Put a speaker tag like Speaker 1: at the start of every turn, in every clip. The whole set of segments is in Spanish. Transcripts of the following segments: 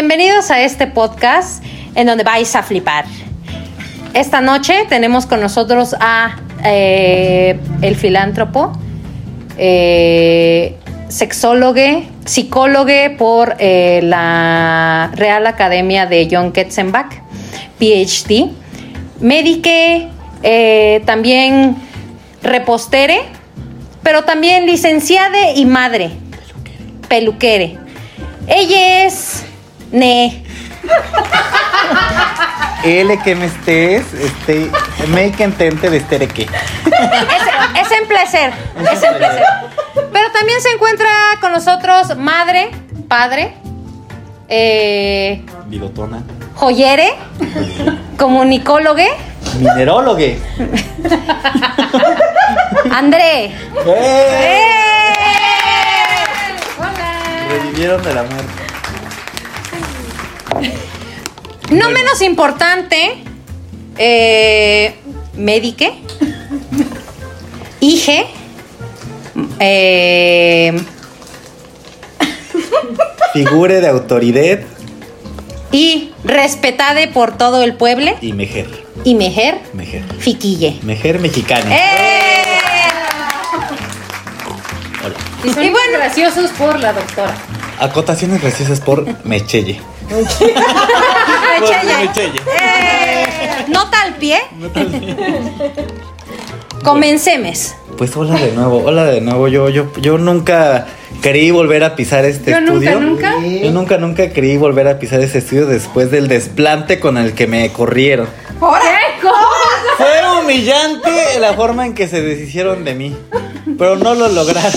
Speaker 1: Bienvenidos a este podcast en donde vais a flipar. Esta noche tenemos con nosotros a eh, el filántropo, eh, sexólogo, psicólogo por eh, la Real Academia de John Ketzenbach, PhD, médique, eh, también repostere, pero también licenciada y madre, peluquere. Ella es... Ne.
Speaker 2: L que me estés, este, me que entente de estere que.
Speaker 1: Es, es en placer, es en placer. Pero también se encuentra con nosotros madre, padre, eh,
Speaker 2: Bigotona.
Speaker 1: joyere, comunicólogo,
Speaker 2: Minerólogue.
Speaker 1: André.
Speaker 2: ¡Eh!
Speaker 1: ¡Eh!
Speaker 2: Revivieron de la muerte.
Speaker 1: No menos importante, eh, médique, hije, eh,
Speaker 2: Figure de autoridad
Speaker 1: y respetade por todo el pueblo
Speaker 2: y mejer.
Speaker 1: y mejer,
Speaker 2: Mejer.
Speaker 1: fiquille.
Speaker 2: Mejer mexicana.
Speaker 1: ¡Eh!
Speaker 2: Hola.
Speaker 3: Y son
Speaker 1: Y bueno.
Speaker 3: graciosos por la doctora.
Speaker 2: Acotaciones graciosas por Mechelle.
Speaker 1: Mechelle.
Speaker 2: Mechelle.
Speaker 1: ¡Eh! Nota al pie. Comencemes.
Speaker 2: Pues hola de nuevo, hola de nuevo. Yo, yo, yo nunca creí volver a pisar este
Speaker 3: Yo nunca,
Speaker 2: estudio.
Speaker 3: nunca.
Speaker 2: Yo nunca, nunca creí volver a pisar ese estudio después del desplante con el que me corrieron.
Speaker 3: ¿Qué? ¿Cómo?
Speaker 2: Fue humillante la forma en que se deshicieron de mí, pero no lo lograron.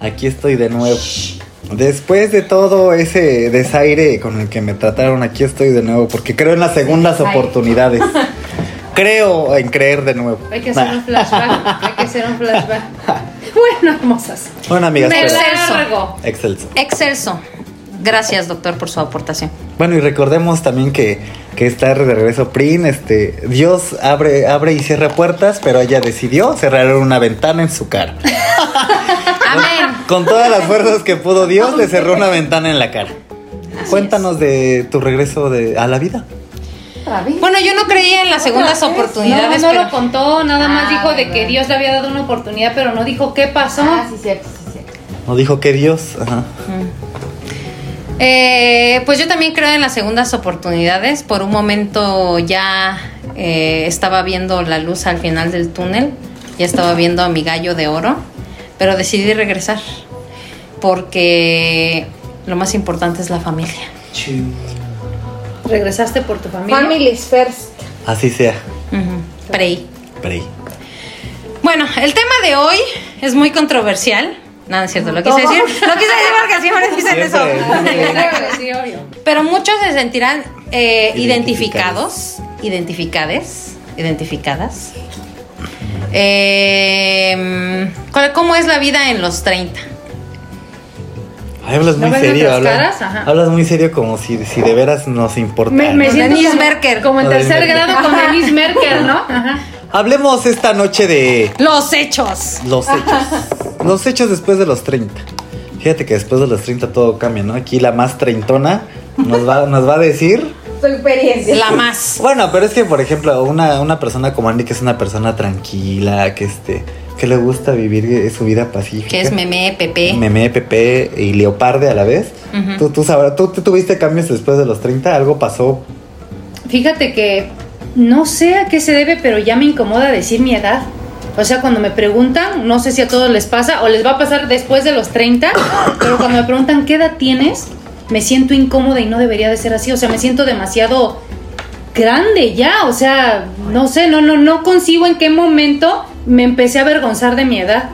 Speaker 2: Aquí estoy de nuevo. Después de todo ese desaire con el que me trataron, aquí estoy de nuevo, porque creo en las segundas
Speaker 3: Desaire.
Speaker 2: oportunidades. Creo en creer de nuevo.
Speaker 3: Hay que hacer
Speaker 2: Nah.
Speaker 3: un flashback. Hay que hacer un flashback. Bueno, hermosas.
Speaker 2: Bueno, amigas,
Speaker 1: Me
Speaker 2: pero-
Speaker 1: Excelso.
Speaker 3: Largo.
Speaker 2: Excelso.
Speaker 1: Excelso. Gracias, doctor, por su aportación.
Speaker 2: Bueno, y recordemos también que, que está de regreso Prin, este, Dios abre, abre y cierra puertas, pero ella decidió cerrar una ventana en su cara.
Speaker 1: Amén.
Speaker 2: Con todas las fuerzas que pudo Dios, le cerró una ventana en la cara. Cuéntanos de tu regreso de, a la vida.
Speaker 1: Bueno, yo no creía en las segundas
Speaker 3: No,
Speaker 1: oportunidades,
Speaker 3: no
Speaker 1: pero
Speaker 3: lo contó, nada más
Speaker 4: Ah,
Speaker 3: dijo de
Speaker 4: ¿verdad?
Speaker 3: que Dios le había dado una oportunidad, pero no dijo qué pasó.
Speaker 4: Ah, sí, cierto, sí, cierto.
Speaker 2: No dijo que Dios. Ajá.
Speaker 1: Eh, pues yo también creo en las segundas oportunidades. Por un momento ya eh, estaba viendo la luz al final del túnel, ya estaba viendo a mi gallo de oro, pero decidí regresar porque lo más importante es la familia.
Speaker 3: Regresaste por tu familia.
Speaker 4: Families first.
Speaker 3: Ah,
Speaker 2: Así sea.
Speaker 1: Ujú, Prey.
Speaker 2: Prey.
Speaker 1: Bueno, el tema de hoy es muy controversial. No, no es cierto, lo quise
Speaker 4: Todo.
Speaker 1: decir. Lo quise decir porque siempre dicen eso.
Speaker 2: Siempre.
Speaker 3: Sí, obvio.
Speaker 1: Pero muchos se sentirán eh, identificados,
Speaker 2: Identificados.
Speaker 1: identificades, identificadas. Eh, ¿cuál- ¿Cómo es la vida en los 30?
Speaker 2: Ay, hablas
Speaker 3: ¿No
Speaker 2: muy
Speaker 3: ves
Speaker 2: serio.
Speaker 3: nuestras
Speaker 2: Hablas,
Speaker 3: caras? Ajá.
Speaker 2: hablas muy serio como si, si de veras nos importara.
Speaker 3: Me, me
Speaker 1: Con
Speaker 3: siento
Speaker 1: Denise
Speaker 3: como,
Speaker 1: Merker.
Speaker 3: como en
Speaker 2: Con
Speaker 3: tercer
Speaker 2: Denise
Speaker 3: grado con Denise Merker, ¿no? Ajá.
Speaker 2: Hablemos esta noche de
Speaker 1: Los hechos.
Speaker 2: los hechos. Los hechos después de los 30. Fíjate que después de los 30 todo cambia, ¿no? Aquí la más treintona nos va, nos va a decir
Speaker 4: Tu experiencia.
Speaker 1: La más.
Speaker 2: Bueno, pero es que, por ejemplo, una, una persona como Andy, que es una persona tranquila, que este, que le gusta vivir eh, su vida pacífica.
Speaker 1: Que es meme, Pepe.
Speaker 2: Meme, Pepe y Leoparde a la vez.
Speaker 1: Ujú.
Speaker 2: tú, tú sabrás, tú, tú tuviste cambios después de los 30, algo pasó.
Speaker 3: Fíjate que no sé a qué se debe, pero ya me incomoda decir mi edad. O sea, cuando me preguntan, no sé si a todos les pasa o les va a pasar después de los 30, pero cuando me preguntan qué edad tienes, me siento incómoda y no debería de ser así. O sea, me siento demasiado grande ya. O sea, no sé, no, no, no consigo en qué momento me empecé a avergonzar de mi edad.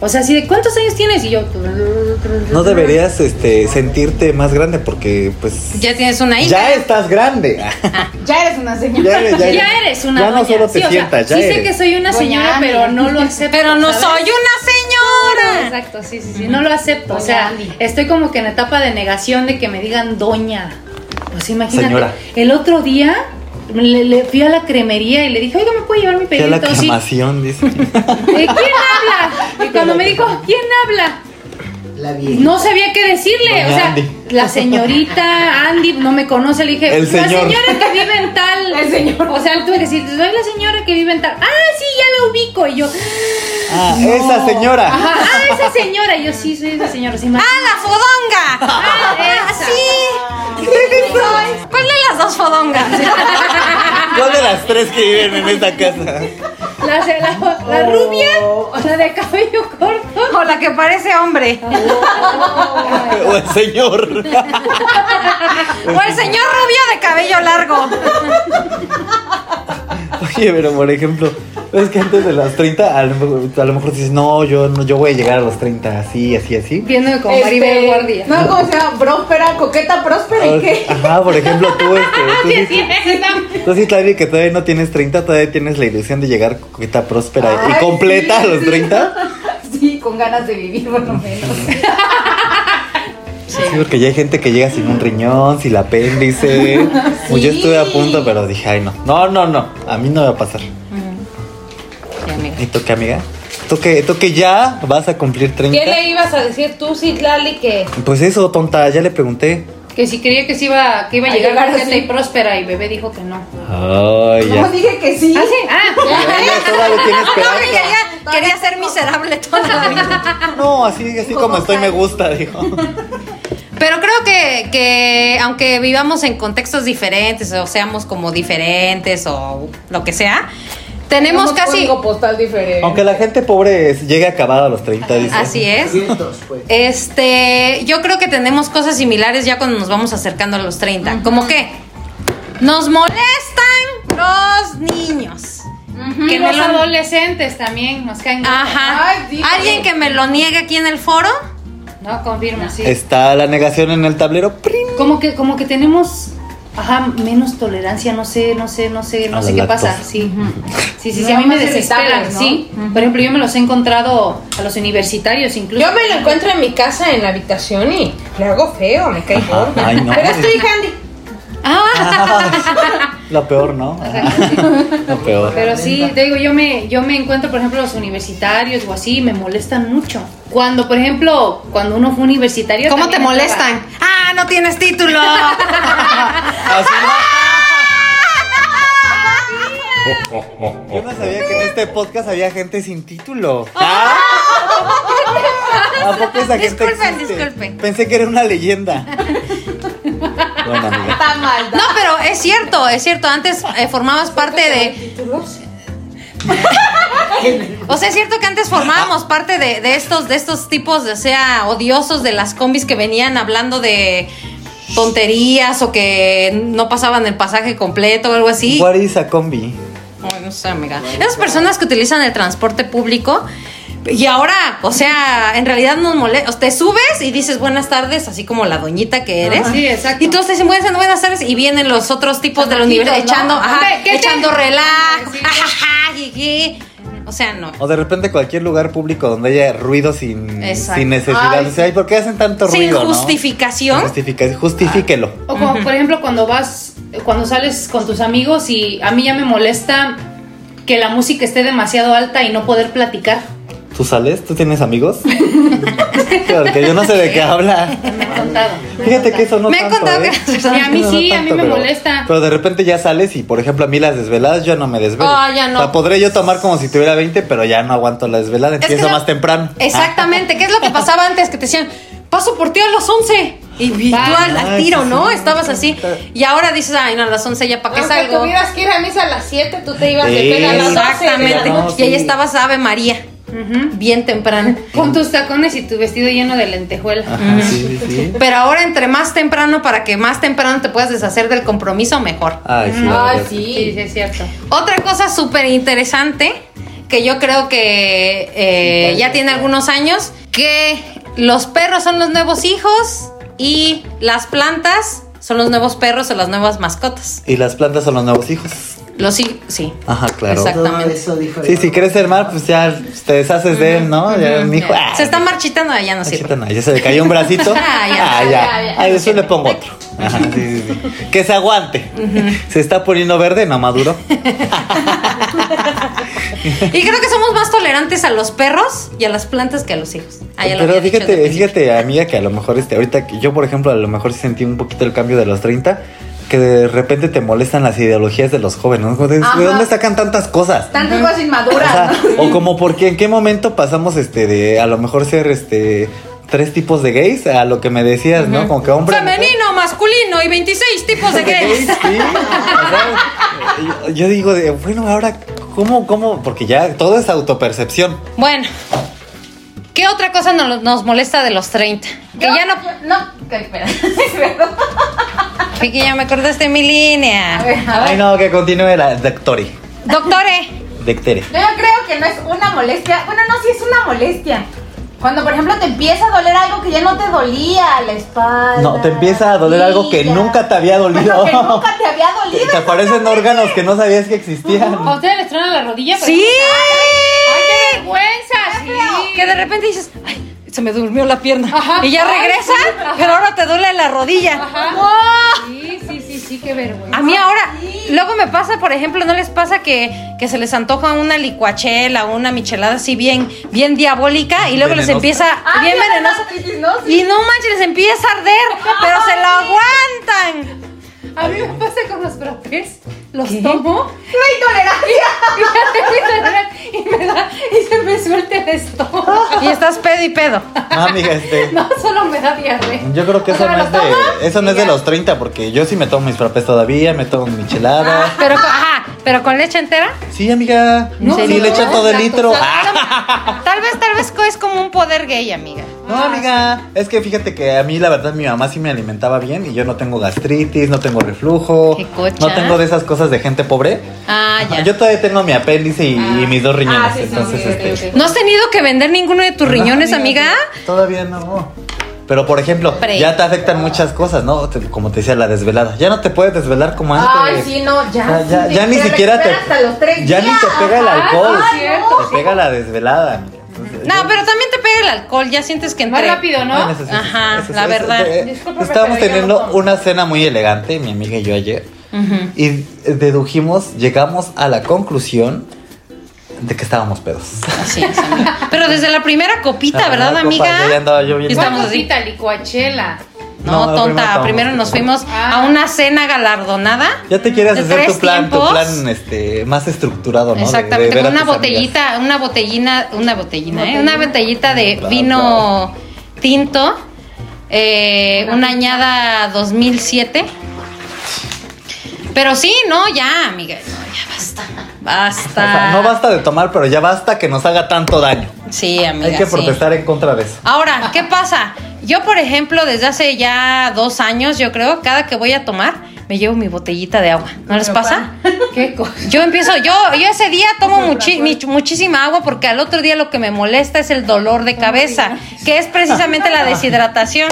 Speaker 3: O sea, así de cuántos años tienes y yo. "Pues,
Speaker 2: No deberías este, sentirte más grande porque, pues.
Speaker 1: Ya tienes una hija.
Speaker 2: ya estás grande.
Speaker 4: Ya eres una señora.
Speaker 2: ya, eres-
Speaker 3: Ya
Speaker 2: eres-
Speaker 3: eres una
Speaker 2: Ya no
Speaker 3: doña.
Speaker 2: solo te
Speaker 3: Sí, o sea,
Speaker 2: sientas, ya
Speaker 3: sí sé
Speaker 2: eres.
Speaker 3: que soy una
Speaker 4: Doña
Speaker 3: señora,
Speaker 4: Andy.
Speaker 3: pero no lo acepto.
Speaker 1: Pero no
Speaker 3: ¿sabes?
Speaker 1: soy una señora.
Speaker 3: Exacto, sí, sí, sí. No lo acepto. O
Speaker 4: Doña
Speaker 3: sea,
Speaker 4: Andy.
Speaker 3: estoy como que en etapa de negación de que me digan doña. Pues imagínate.
Speaker 2: Señora.
Speaker 3: El otro día le, le fui a la cremería y le dije, oiga, ¿me puede llevar mi
Speaker 2: Ya
Speaker 3: pedido?
Speaker 2: la
Speaker 3: Sí.
Speaker 2: aclamación, dice.
Speaker 3: ¿De quién habla? Y cuando me dijo, ¿quién habla?
Speaker 5: La vieja.
Speaker 3: No sabía qué decirle.
Speaker 2: Doña
Speaker 3: o sea,
Speaker 2: Andy.
Speaker 3: la señorita Andy no me conoce. Le dije,
Speaker 2: El
Speaker 3: la
Speaker 2: señor".
Speaker 3: señora que vive en tal.
Speaker 4: El señor.
Speaker 3: O sea, tuve que decir, soy la señora que vive en tal. Ah, sí, ya la ubico. Y yo,
Speaker 2: Ah, esa señora.
Speaker 3: ah, esa señora. Y yo, sí, soy esa señora. Sí,
Speaker 1: ¡Ah, la fodonga!
Speaker 3: ah,
Speaker 1: ¡Ah, sí! ¿Cuál de las dos fodongas?
Speaker 2: ¿Cuál de las tres que viven en esta casa?
Speaker 3: La, la- la rubia, la de cabello corto.
Speaker 1: O la que parece hombre.
Speaker 2: O el señor.
Speaker 1: O el señor rubio de cabello largo.
Speaker 2: Oye, pero por ejemplo, es que antes de las 30, a lo, mejor- a lo mejor dices, no, yo, no, yo voy a llegar a los 30, así, así, así.
Speaker 3: Viendo con
Speaker 4: Este,
Speaker 3: Maribel Guardia.
Speaker 4: No, ¿cómo se llama? Próspera, coqueta, próspera y qué.
Speaker 2: Ajá, por ejemplo, tú, este, tú, sí, tú sí, Claudia, que todavía no tienes 30, todavía tienes la ilusión de llegar coqueta próspera y
Speaker 4: Ay,
Speaker 2: completa
Speaker 4: sí,
Speaker 2: a los
Speaker 4: sí.
Speaker 2: 30.
Speaker 4: Sí, con ganas de vivir por lo menos.
Speaker 2: Sí. porque ya hay gente que llega sin un riñón, sin la apéndice. Pues yo estuve a punto, pero dije, ay, no, no, no, no, a mí no me va a pasar.
Speaker 1: Sí, amiga.
Speaker 2: ¿Y tú qué, amiga? ¿Tú que, tú que ya vas a cumplir 30?
Speaker 3: ¿Qué le ibas a decir tú, Citlali, que,
Speaker 2: Pues eso, tonta, ya le pregunté.
Speaker 3: que si creía que, se iba, que iba a
Speaker 4: A
Speaker 3: llegar,
Speaker 4: llegar
Speaker 3: coqueta
Speaker 4: así.
Speaker 3: y próspera? Y bebé dijo que no.
Speaker 2: Ay,
Speaker 4: No
Speaker 2: ya.
Speaker 4: dije que sí.
Speaker 3: ¿Ah, sí? Ah,
Speaker 2: Todavía- todavía tiene
Speaker 1: No, que
Speaker 2: esperanza.
Speaker 1: quería, quería ser miserable toda la vida.
Speaker 2: No, así, así como estoy me gusta, dijo.
Speaker 1: Pero creo que, que aunque vivamos en contextos diferentes o seamos como diferentes o lo que sea, tenemos casi...
Speaker 4: código postal diferente.
Speaker 2: Aunque la gente pobre es- llegue acabada a los 30, dice.
Speaker 1: Así es.
Speaker 5: Abiertos, pues.
Speaker 1: Este, yo creo que tenemos cosas similares ya cuando nos vamos acercando a los 30. Como que nos molestan los niños.
Speaker 3: que
Speaker 1: Que me
Speaker 3: los
Speaker 1: lo-
Speaker 3: adolescentes también nos caen. gordos.
Speaker 1: Ajá.
Speaker 4: Ay, sí.
Speaker 1: Alguien que me lo niegue aquí en el foro.
Speaker 3: No, confirmo, sí.
Speaker 2: Está la negación en el tablero. ¡prim!
Speaker 3: Como que, como que tenemos ajá, menos tolerancia, no sé, no sé, no sé, no
Speaker 2: A
Speaker 3: sé
Speaker 2: la
Speaker 3: qué pasa.
Speaker 2: lactosa.
Speaker 3: Sí. sí, sí, sí,
Speaker 4: No,
Speaker 3: a mí me
Speaker 4: más
Speaker 3: desesperan,
Speaker 4: evitables, ¿no?
Speaker 3: sí. Por ejemplo, yo me los he encontrado a los universitarios incluso.
Speaker 4: Yo me lo encuentro en mi casa, en la habitación y le hago feo, me cae
Speaker 2: Ajá,
Speaker 4: gordo.
Speaker 2: ay, no.
Speaker 4: Pero estoy handy.
Speaker 3: Ah,
Speaker 4: Ah,
Speaker 2: Lo peor, ¿no? Lo peor.
Speaker 3: Pero sí, te digo, yo me, yo me encuentro, por ejemplo, los universitarios o así, me molestan mucho. Cuando, por ejemplo, cuando uno fue universitario...
Speaker 1: ¿Cómo te
Speaker 3: también estaba-
Speaker 1: molestan? Ah, no tienes título.
Speaker 2: Así no. Yo no sabía que en este podcast había gente sin título. ¿Ah? ¿A poco esa gente
Speaker 1: Disculpen,
Speaker 2: existe?
Speaker 1: disculpen.
Speaker 2: Pensé que era una leyenda. Bueno, amiga.
Speaker 4: Está mal.
Speaker 1: No, pero es cierto, es cierto. Antes eh, formabas parte de. O sea, es cierto que antes formábamos parte de, de estos, de estos tipos, o sea, odiosos de las combis que venían hablando de tonterías o que no pasaban el pasaje completo o algo así.
Speaker 2: What is a combi?
Speaker 1: Ay, no sé, amiga. Esas personas que utilizan el transporte público y ahora, o sea, en realidad nos molesta. Te subes y dices buenas tardes, así como la doñita que eres.
Speaker 3: Ajá. Sí, exacto.
Speaker 1: Y todos te dicen buenas, buenas tardes y vienen los otros tipos de la
Speaker 3: Chamaquitos,
Speaker 1: universidad echando,
Speaker 3: ¿no?
Speaker 1: ajá,
Speaker 3: Hombre, ¿qué te-
Speaker 1: echando relajo.
Speaker 3: Sí.
Speaker 1: ajaja, jiji. O sea, no.
Speaker 2: O de repente cualquier lugar público donde haya ruido sin,
Speaker 1: Exacto.
Speaker 2: sin necesidad.
Speaker 4: Ay,
Speaker 2: o sea, "Ay, ¿por qué hacen tanto
Speaker 1: Sin
Speaker 2: ruido? no?"
Speaker 1: justificación.
Speaker 2: Sin justifica- justifíquelo.
Speaker 3: O como, por ejemplo, cuando vas, cuando sales con tus amigos y a mí ya me molesta que la música esté demasiado alta y no poder platicar.
Speaker 2: ¿Tú sales? ¿Tú tienes amigos? Porque yo no sé de qué habla.
Speaker 3: Me han contado.
Speaker 2: Fíjate que eso no
Speaker 1: Me han
Speaker 2: tanto,
Speaker 1: contado
Speaker 2: ¿eh?
Speaker 1: que las
Speaker 3: Y
Speaker 1: personas-
Speaker 3: a mí
Speaker 2: No, no
Speaker 3: sí, a mí
Speaker 2: tanto,
Speaker 3: me
Speaker 2: pero-
Speaker 3: molesta.
Speaker 2: Pero de repente ya sales y, por ejemplo, a mí las desveladas yo no me desvelo.
Speaker 1: Ah, ya no.
Speaker 2: O sea, podré yo tomar como si tuviera 20, pero ya no aguanto la desvelada.
Speaker 1: que
Speaker 2: Empiezo
Speaker 1: no-
Speaker 2: más temprano.
Speaker 1: Exactamente, ¿qué es lo que pasaba antes? Que te decían, paso por ti a las 11. Y vi- tú
Speaker 3: Ay,
Speaker 1: al al
Speaker 2: Ah. sí,
Speaker 1: tiro,
Speaker 2: sí,
Speaker 1: ¿no?
Speaker 2: sí.
Speaker 1: Estabas así. Y ahora dices, ay, no, a las 11 ya para qué
Speaker 4: Aunque
Speaker 1: salgo.
Speaker 4: tuvieras que ir a misa a las 7, tú te ibas de
Speaker 2: Sí.
Speaker 4: peda a las 12.
Speaker 1: Exactamente.
Speaker 2: No,
Speaker 1: Y ahí
Speaker 2: sí.
Speaker 1: estaba Ave María,
Speaker 3: Ujú.
Speaker 1: bien temprano.
Speaker 3: Con tus tacones y tu vestido lleno de lentejuela.
Speaker 1: Mm.
Speaker 2: Ajá, sí, sí, sí.
Speaker 1: Pero ahora entre más temprano, para que más temprano te puedas deshacer del compromiso, mejor.
Speaker 2: Ay, sí. la
Speaker 4: Ay,
Speaker 2: verdad.
Speaker 3: Sí,
Speaker 4: sí.
Speaker 3: sí, es cierto.
Speaker 1: Otra cosa súper interesante que yo creo que eh, ya tiene algunos años, que los perros son los nuevos hijos y las plantas son los nuevos perros o las nuevas mascotas.
Speaker 2: Y las plantas son los nuevos hijos.
Speaker 1: Lo sí, sí.
Speaker 2: Ajá, claro.
Speaker 1: Exacto.
Speaker 5: Todo
Speaker 1: Exactamente.
Speaker 5: eso dijo
Speaker 2: Sí, si crees el mal, pues ya te deshaces de él, ¿no? Ya mi hijo. ah,
Speaker 1: Se está marchitando, ah, ya no
Speaker 2: Ay,
Speaker 1: sirve.
Speaker 2: chita, no, ya se le cayó un bracito.
Speaker 1: Ah, ya,
Speaker 2: ah, ya.
Speaker 4: ya, ya.
Speaker 2: Ay, después le pongo otro. Ajá, sí, sí, sí. Que se aguante. Se está poniendo verde, no maduro.
Speaker 1: Y creo que somos más tolerantes a los perros y a las plantas que a los hijos. Ah, ya lo
Speaker 2: Pero
Speaker 1: había dicho
Speaker 2: fíjate,
Speaker 1: desde el
Speaker 2: fíjate, amiga, que a lo mejor este, ahorita que yo, por ejemplo, a lo mejor sí sentí un poquito el cambio de los 30, que de repente te molestan las ideologías de los jóvenes. ¿no? Como de,
Speaker 4: Ajá.
Speaker 2: ¿De dónde sacan tantas cosas?
Speaker 4: Tantas cosas
Speaker 2: O, sea,
Speaker 4: inmaduras, ¿no?
Speaker 2: o como porque en qué momento pasamos este de a lo mejor ser este tres tipos de gays a lo que me decías, ¿no? Como que hombre. mujer.
Speaker 1: Femenino, masculino y 26 tipos de gays.
Speaker 2: Sí, o sea, yo, yo digo, de, bueno, ahora, ¿cómo, cómo? Porque ya todo es autopercepción.
Speaker 1: Bueno, ¿qué otra cosa no- nos molesta de los 30? Que
Speaker 4: Yo-
Speaker 1: ya no.
Speaker 4: yo- No, que- espera. Perdón.
Speaker 1: Que ya me acordaste de mi línea.
Speaker 4: A ver, a ver.
Speaker 2: Ay, no, que continúe la doctori,
Speaker 1: Doctore,
Speaker 2: dectere.
Speaker 4: Yo creo que no es una molestia. Bueno, no, sí es una molestia. Cuando, por ejemplo, te empieza a doler algo que ya no te dolía, la espalda.
Speaker 2: No, te empieza a doler algo que
Speaker 4: rodilla.
Speaker 2: nunca te había dolido.
Speaker 4: Bueno, que nunca te había dolido.
Speaker 2: Te aparecen órganos que no sabías que existían.
Speaker 3: ¿A ustedes les truena la rodilla? pero-
Speaker 1: sí.
Speaker 3: ¡Ay, qué vergüenza! Sí.
Speaker 1: Que de repente dices, ay, se me durmió la pierna.
Speaker 3: Ajá.
Speaker 1: y ya
Speaker 3: Ay,
Speaker 1: regresa, pero ahora te duele la rodilla.
Speaker 3: Ajá.
Speaker 1: ¡Wow!
Speaker 3: Sí, sí, sí, sí, qué vergüenza.
Speaker 1: A mí ahora, luego me pasa, por ejemplo, ¿no les pasa que, que se les antoja una licuachela o una michelada así bien, bien diabólica y luego les
Speaker 2: Venenosa.
Speaker 1: empieza
Speaker 4: Ah,
Speaker 1: bien
Speaker 4: ya,
Speaker 1: venenosa?
Speaker 4: sí, sí, no, sí.
Speaker 1: Y no manches, les empieza a arder, pero se lo aguantan.
Speaker 3: A mí me pasa con los frappés. Los
Speaker 1: ¿Qué?
Speaker 3: tomo
Speaker 4: La intolerancia.
Speaker 3: y me da y se me suelta el estómago.
Speaker 1: Y estás pedo y pedo.
Speaker 2: No, amiga, este.
Speaker 3: No, solo me da diarrea.
Speaker 2: Yo creo que
Speaker 3: O
Speaker 2: eso
Speaker 3: sea, me
Speaker 2: no es
Speaker 3: lo tomo
Speaker 2: de. Eso no
Speaker 3: y
Speaker 2: es de
Speaker 3: ya.
Speaker 2: los 30, porque yo sí me tomo mis frappés todavía, me tomo mi
Speaker 3: Ah.
Speaker 2: michelada.
Speaker 1: Pero con, ajá, pero con leche entera.
Speaker 2: Sí, amiga.
Speaker 1: No,
Speaker 2: sí,
Speaker 1: no,
Speaker 2: le echan
Speaker 1: no,
Speaker 2: todo el
Speaker 3: exacto,
Speaker 2: litro.
Speaker 3: o sea,
Speaker 2: Ah.
Speaker 1: Tal vez, tal vez es como un poder gay, amiga.
Speaker 2: No, amiga, Ah, es que fíjate que a mí la verdad mi mamá sí me alimentaba bien y yo no tengo gastritis, no tengo reflujo,
Speaker 1: Qué cocha.
Speaker 2: no tengo de esas cosas de gente pobre.
Speaker 1: Ah, ya.
Speaker 2: Yo todavía tengo mi apéndice y, y mis dos riñones,
Speaker 4: Ah, sí, sí,
Speaker 2: entonces
Speaker 4: sí,
Speaker 2: este,
Speaker 4: ok, ok.
Speaker 1: ¿No has tenido que vender ninguno de tus riñones,
Speaker 2: No,
Speaker 1: amiga?
Speaker 2: Todavía no. Pero por ejemplo,
Speaker 1: Pre.
Speaker 2: ya te afectan muchas cosas, ¿no? Te- Como te decía la desvelada, ya no te puedes desvelar como antes.
Speaker 4: Ay, sí, no,
Speaker 2: O sea,
Speaker 4: ya.
Speaker 2: Ah, pues, ya,
Speaker 4: sí,
Speaker 2: ya ni siquiera te
Speaker 4: recuperas Hasta los tres
Speaker 2: ya
Speaker 4: días. Ah,
Speaker 2: ni te pega el
Speaker 4: Ajá,
Speaker 2: alcohol,
Speaker 4: sí, cierto.
Speaker 2: te pega la desvelada. amiga. Entonces,
Speaker 1: No,
Speaker 2: yo-
Speaker 1: pero también te pega el alcohol, ya sientes que
Speaker 3: Más
Speaker 1: entre...
Speaker 3: rápido, ¿no?
Speaker 2: Ah, en eso sí, sí,
Speaker 1: Ajá,
Speaker 2: eso sí,
Speaker 1: la
Speaker 2: eso-
Speaker 1: verdad.
Speaker 2: eh,
Speaker 4: Discúlpame,
Speaker 2: estábamos
Speaker 4: pero yo
Speaker 2: teniendo
Speaker 4: no tomo.
Speaker 2: una cena muy elegante, mi amiga y yo ayer,
Speaker 1: Ujú.
Speaker 2: y dedujimos, llegamos a la conclusión de que estábamos pedos.
Speaker 1: Así es, amiga. Pero desde la primera copita,
Speaker 2: La
Speaker 1: ¿verdad,
Speaker 2: verdad,
Speaker 1: amiga?
Speaker 2: compa, yo ya andaba yo bien-
Speaker 1: Estamos
Speaker 3: Estamos
Speaker 1: así.
Speaker 3: cita licuachela.
Speaker 1: No,
Speaker 2: No, la primera
Speaker 1: tonta.
Speaker 2: estábamos
Speaker 1: Primero
Speaker 2: así.
Speaker 1: nos fuimos
Speaker 3: Ah.
Speaker 1: a una cena galardonada.
Speaker 2: Ya te quieres
Speaker 1: ¿De
Speaker 2: hacer
Speaker 1: tres
Speaker 2: tu plan, tu
Speaker 1: tiempos?
Speaker 2: plan este, más estructurado, ¿no? De-
Speaker 1: Exactamente,
Speaker 2: de ver
Speaker 1: con
Speaker 2: a
Speaker 1: una
Speaker 2: tus amigas.
Speaker 1: botellita, una botellina, una botellina, ¿eh?
Speaker 4: Botellina.
Speaker 1: una botellita de
Speaker 2: Claro,
Speaker 1: vino tinto, eh, una añada 2007. Pero sí, no, ya, amiga, no, ya basta,
Speaker 2: O sea,
Speaker 1: basta.
Speaker 2: no basta de tomar, pero ya basta que nos haga tanto daño.
Speaker 1: Sí, amiga,
Speaker 2: Hay que
Speaker 1: sí.
Speaker 2: protestar en contra de eso.
Speaker 1: Ahora, ¿qué pasa? Yo, por ejemplo, desde hace ya dos años, yo creo, cada que voy a tomar, me llevo mi botellita de agua. ¿No les
Speaker 4: Pero,
Speaker 1: pasa?
Speaker 3: Qué cosa.
Speaker 1: Yo empiezo, yo, yo ese día tomo muchi- mi- muchísima agua porque al otro día lo que me molesta es el dolor de cabeza, que es precisamente la deshidratación,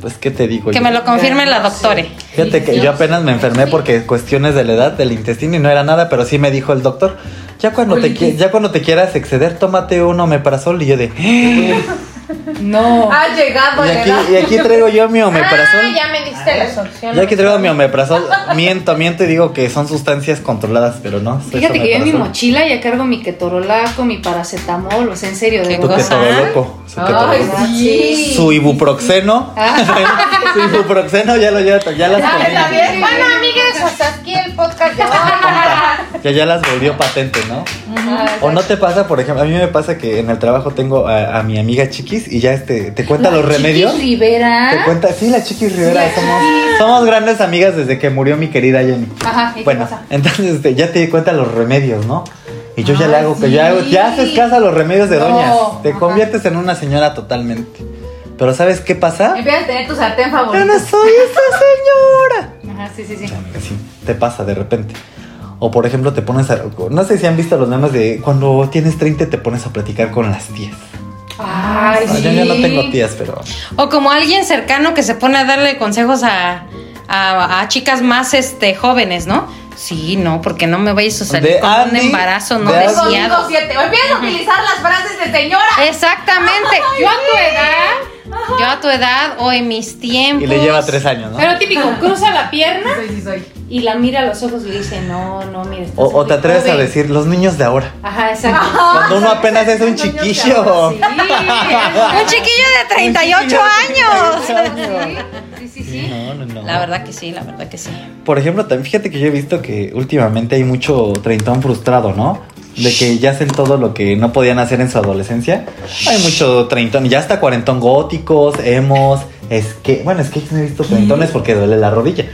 Speaker 2: Pues, ¿qué te digo?
Speaker 1: que
Speaker 2: yo?
Speaker 1: me lo confirme la doctore.
Speaker 2: Fíjate que yo apenas me enfermé porque cuestiones de la edad del intestino y no era nada, pero sí me dijo el doctor, ya cuando te qui- ya cuando te quieras exceder, tómate un omeprazol y yo de "¿Eh?
Speaker 3: No.
Speaker 4: Ha llegado
Speaker 2: y
Speaker 4: la
Speaker 2: aquí,
Speaker 4: edad.
Speaker 2: y aquí traigo yo mi
Speaker 4: Ah,
Speaker 2: omeprazol.
Speaker 4: ya me diste las opciones.
Speaker 2: Ya aquí traigo mi omeprazol, miento, miento y digo que son sustancias controladas, pero no. soy
Speaker 3: Fíjate que yo en mi
Speaker 2: omeprazol.
Speaker 3: mochila ya cargo mi ketorolaco, mi paracetamol, o sea, en serio, de
Speaker 1: Qué
Speaker 2: Tu
Speaker 3: verdad.
Speaker 1: cosa.
Speaker 2: ketoroloco, su
Speaker 4: Ay,
Speaker 2: ketoroloco.
Speaker 4: sí.
Speaker 2: Su ibuproxeno. su ibuproxeno ya lo lleva, ya las
Speaker 4: Ya, está
Speaker 2: comí.
Speaker 4: bien. Bueno, amigas, hasta aquí el podcast de hoy.
Speaker 2: Ya, ya las volvió patente, ¿no?
Speaker 4: Ajá.
Speaker 2: O no te pasa, por ejemplo, a mí me pasa que en el trabajo tengo a, a mi amiga Chiquis y ya este te cuenta los remedios.
Speaker 3: Chiquis Rivera.
Speaker 2: Te cuenta, sí, la Chiquis Rivera, somos, somos grandes amigas desde que murió mi querida Jenny.
Speaker 3: Ajá, ¿y Ah, qué
Speaker 2: Bueno,
Speaker 3: pasa?
Speaker 2: entonces este, ya te cuenta los remedios, ¿no? Y yo ya le hago, que ya, hago-
Speaker 3: Ah, sí.
Speaker 2: ya haces caso a los remedios de
Speaker 3: No,
Speaker 2: doñas. Te
Speaker 3: ajá.
Speaker 2: conviertes en una señora totalmente. Pero ¿sabes qué pasa?
Speaker 4: Empiezas a tener tu sartén
Speaker 2: Yo
Speaker 4: favorito.
Speaker 2: no soy esa señora.
Speaker 3: Ajá, sí, sí, sí.
Speaker 2: Que sí, te pasa de repente. O por ejemplo, te pones a. No sé si han visto los memes de cuando tienes 30 te pones a platicar con las tías.
Speaker 3: Ay,
Speaker 2: No,
Speaker 3: sí.
Speaker 2: Yo ya no tengo tías, pero.
Speaker 1: O como alguien cercano que se pone a darle consejos a, a, a chicas más este, jóvenes, ¿no? Sí, no, porque no me vayas a salir
Speaker 2: De
Speaker 1: con
Speaker 2: Andy,
Speaker 1: un embarazo no
Speaker 2: de Andy.
Speaker 4: Tengo
Speaker 1: deseado.
Speaker 4: 5-7. Empieza a utilizar las frases de señora.
Speaker 1: Exactamente.
Speaker 4: Ay,
Speaker 1: Yo a
Speaker 4: sí.
Speaker 1: tu edad, yo a tu edad o en mis tiempos.
Speaker 2: Y le lleva tres años, ¿no?
Speaker 3: Pero típico, cruza la pierna
Speaker 4: Sí, sí, soy.
Speaker 3: y la mira a los ojos y le dice, no, no, mira. estás
Speaker 2: O, o te
Speaker 3: muy
Speaker 2: atreves a
Speaker 3: joven".
Speaker 2: decir, los niños de ahora.
Speaker 3: Ajá, exacto.
Speaker 4: Ah,
Speaker 2: Cuando uno
Speaker 4: soy-
Speaker 2: apenas es un
Speaker 4: soy niño
Speaker 2: chiquillo.
Speaker 3: Sí, exacto.
Speaker 1: Un chiquillo de 38
Speaker 2: Un chiquillo de
Speaker 1: años.
Speaker 2: 38 años.
Speaker 3: sí, sí,
Speaker 2: Sí,
Speaker 3: sí.
Speaker 2: no, no, no.
Speaker 1: La verdad que sí, la verdad que sí.
Speaker 2: Por ejemplo, también fíjate que yo he visto que últimamente hay mucho treintón frustrado, ¿no? De que ya hacen todo lo que no podían hacer en su adolescencia. Hay mucho treintón, y ya hasta cuarentón góticos, emos, es que, bueno, es que no he visto treintones porque duele la rodilla.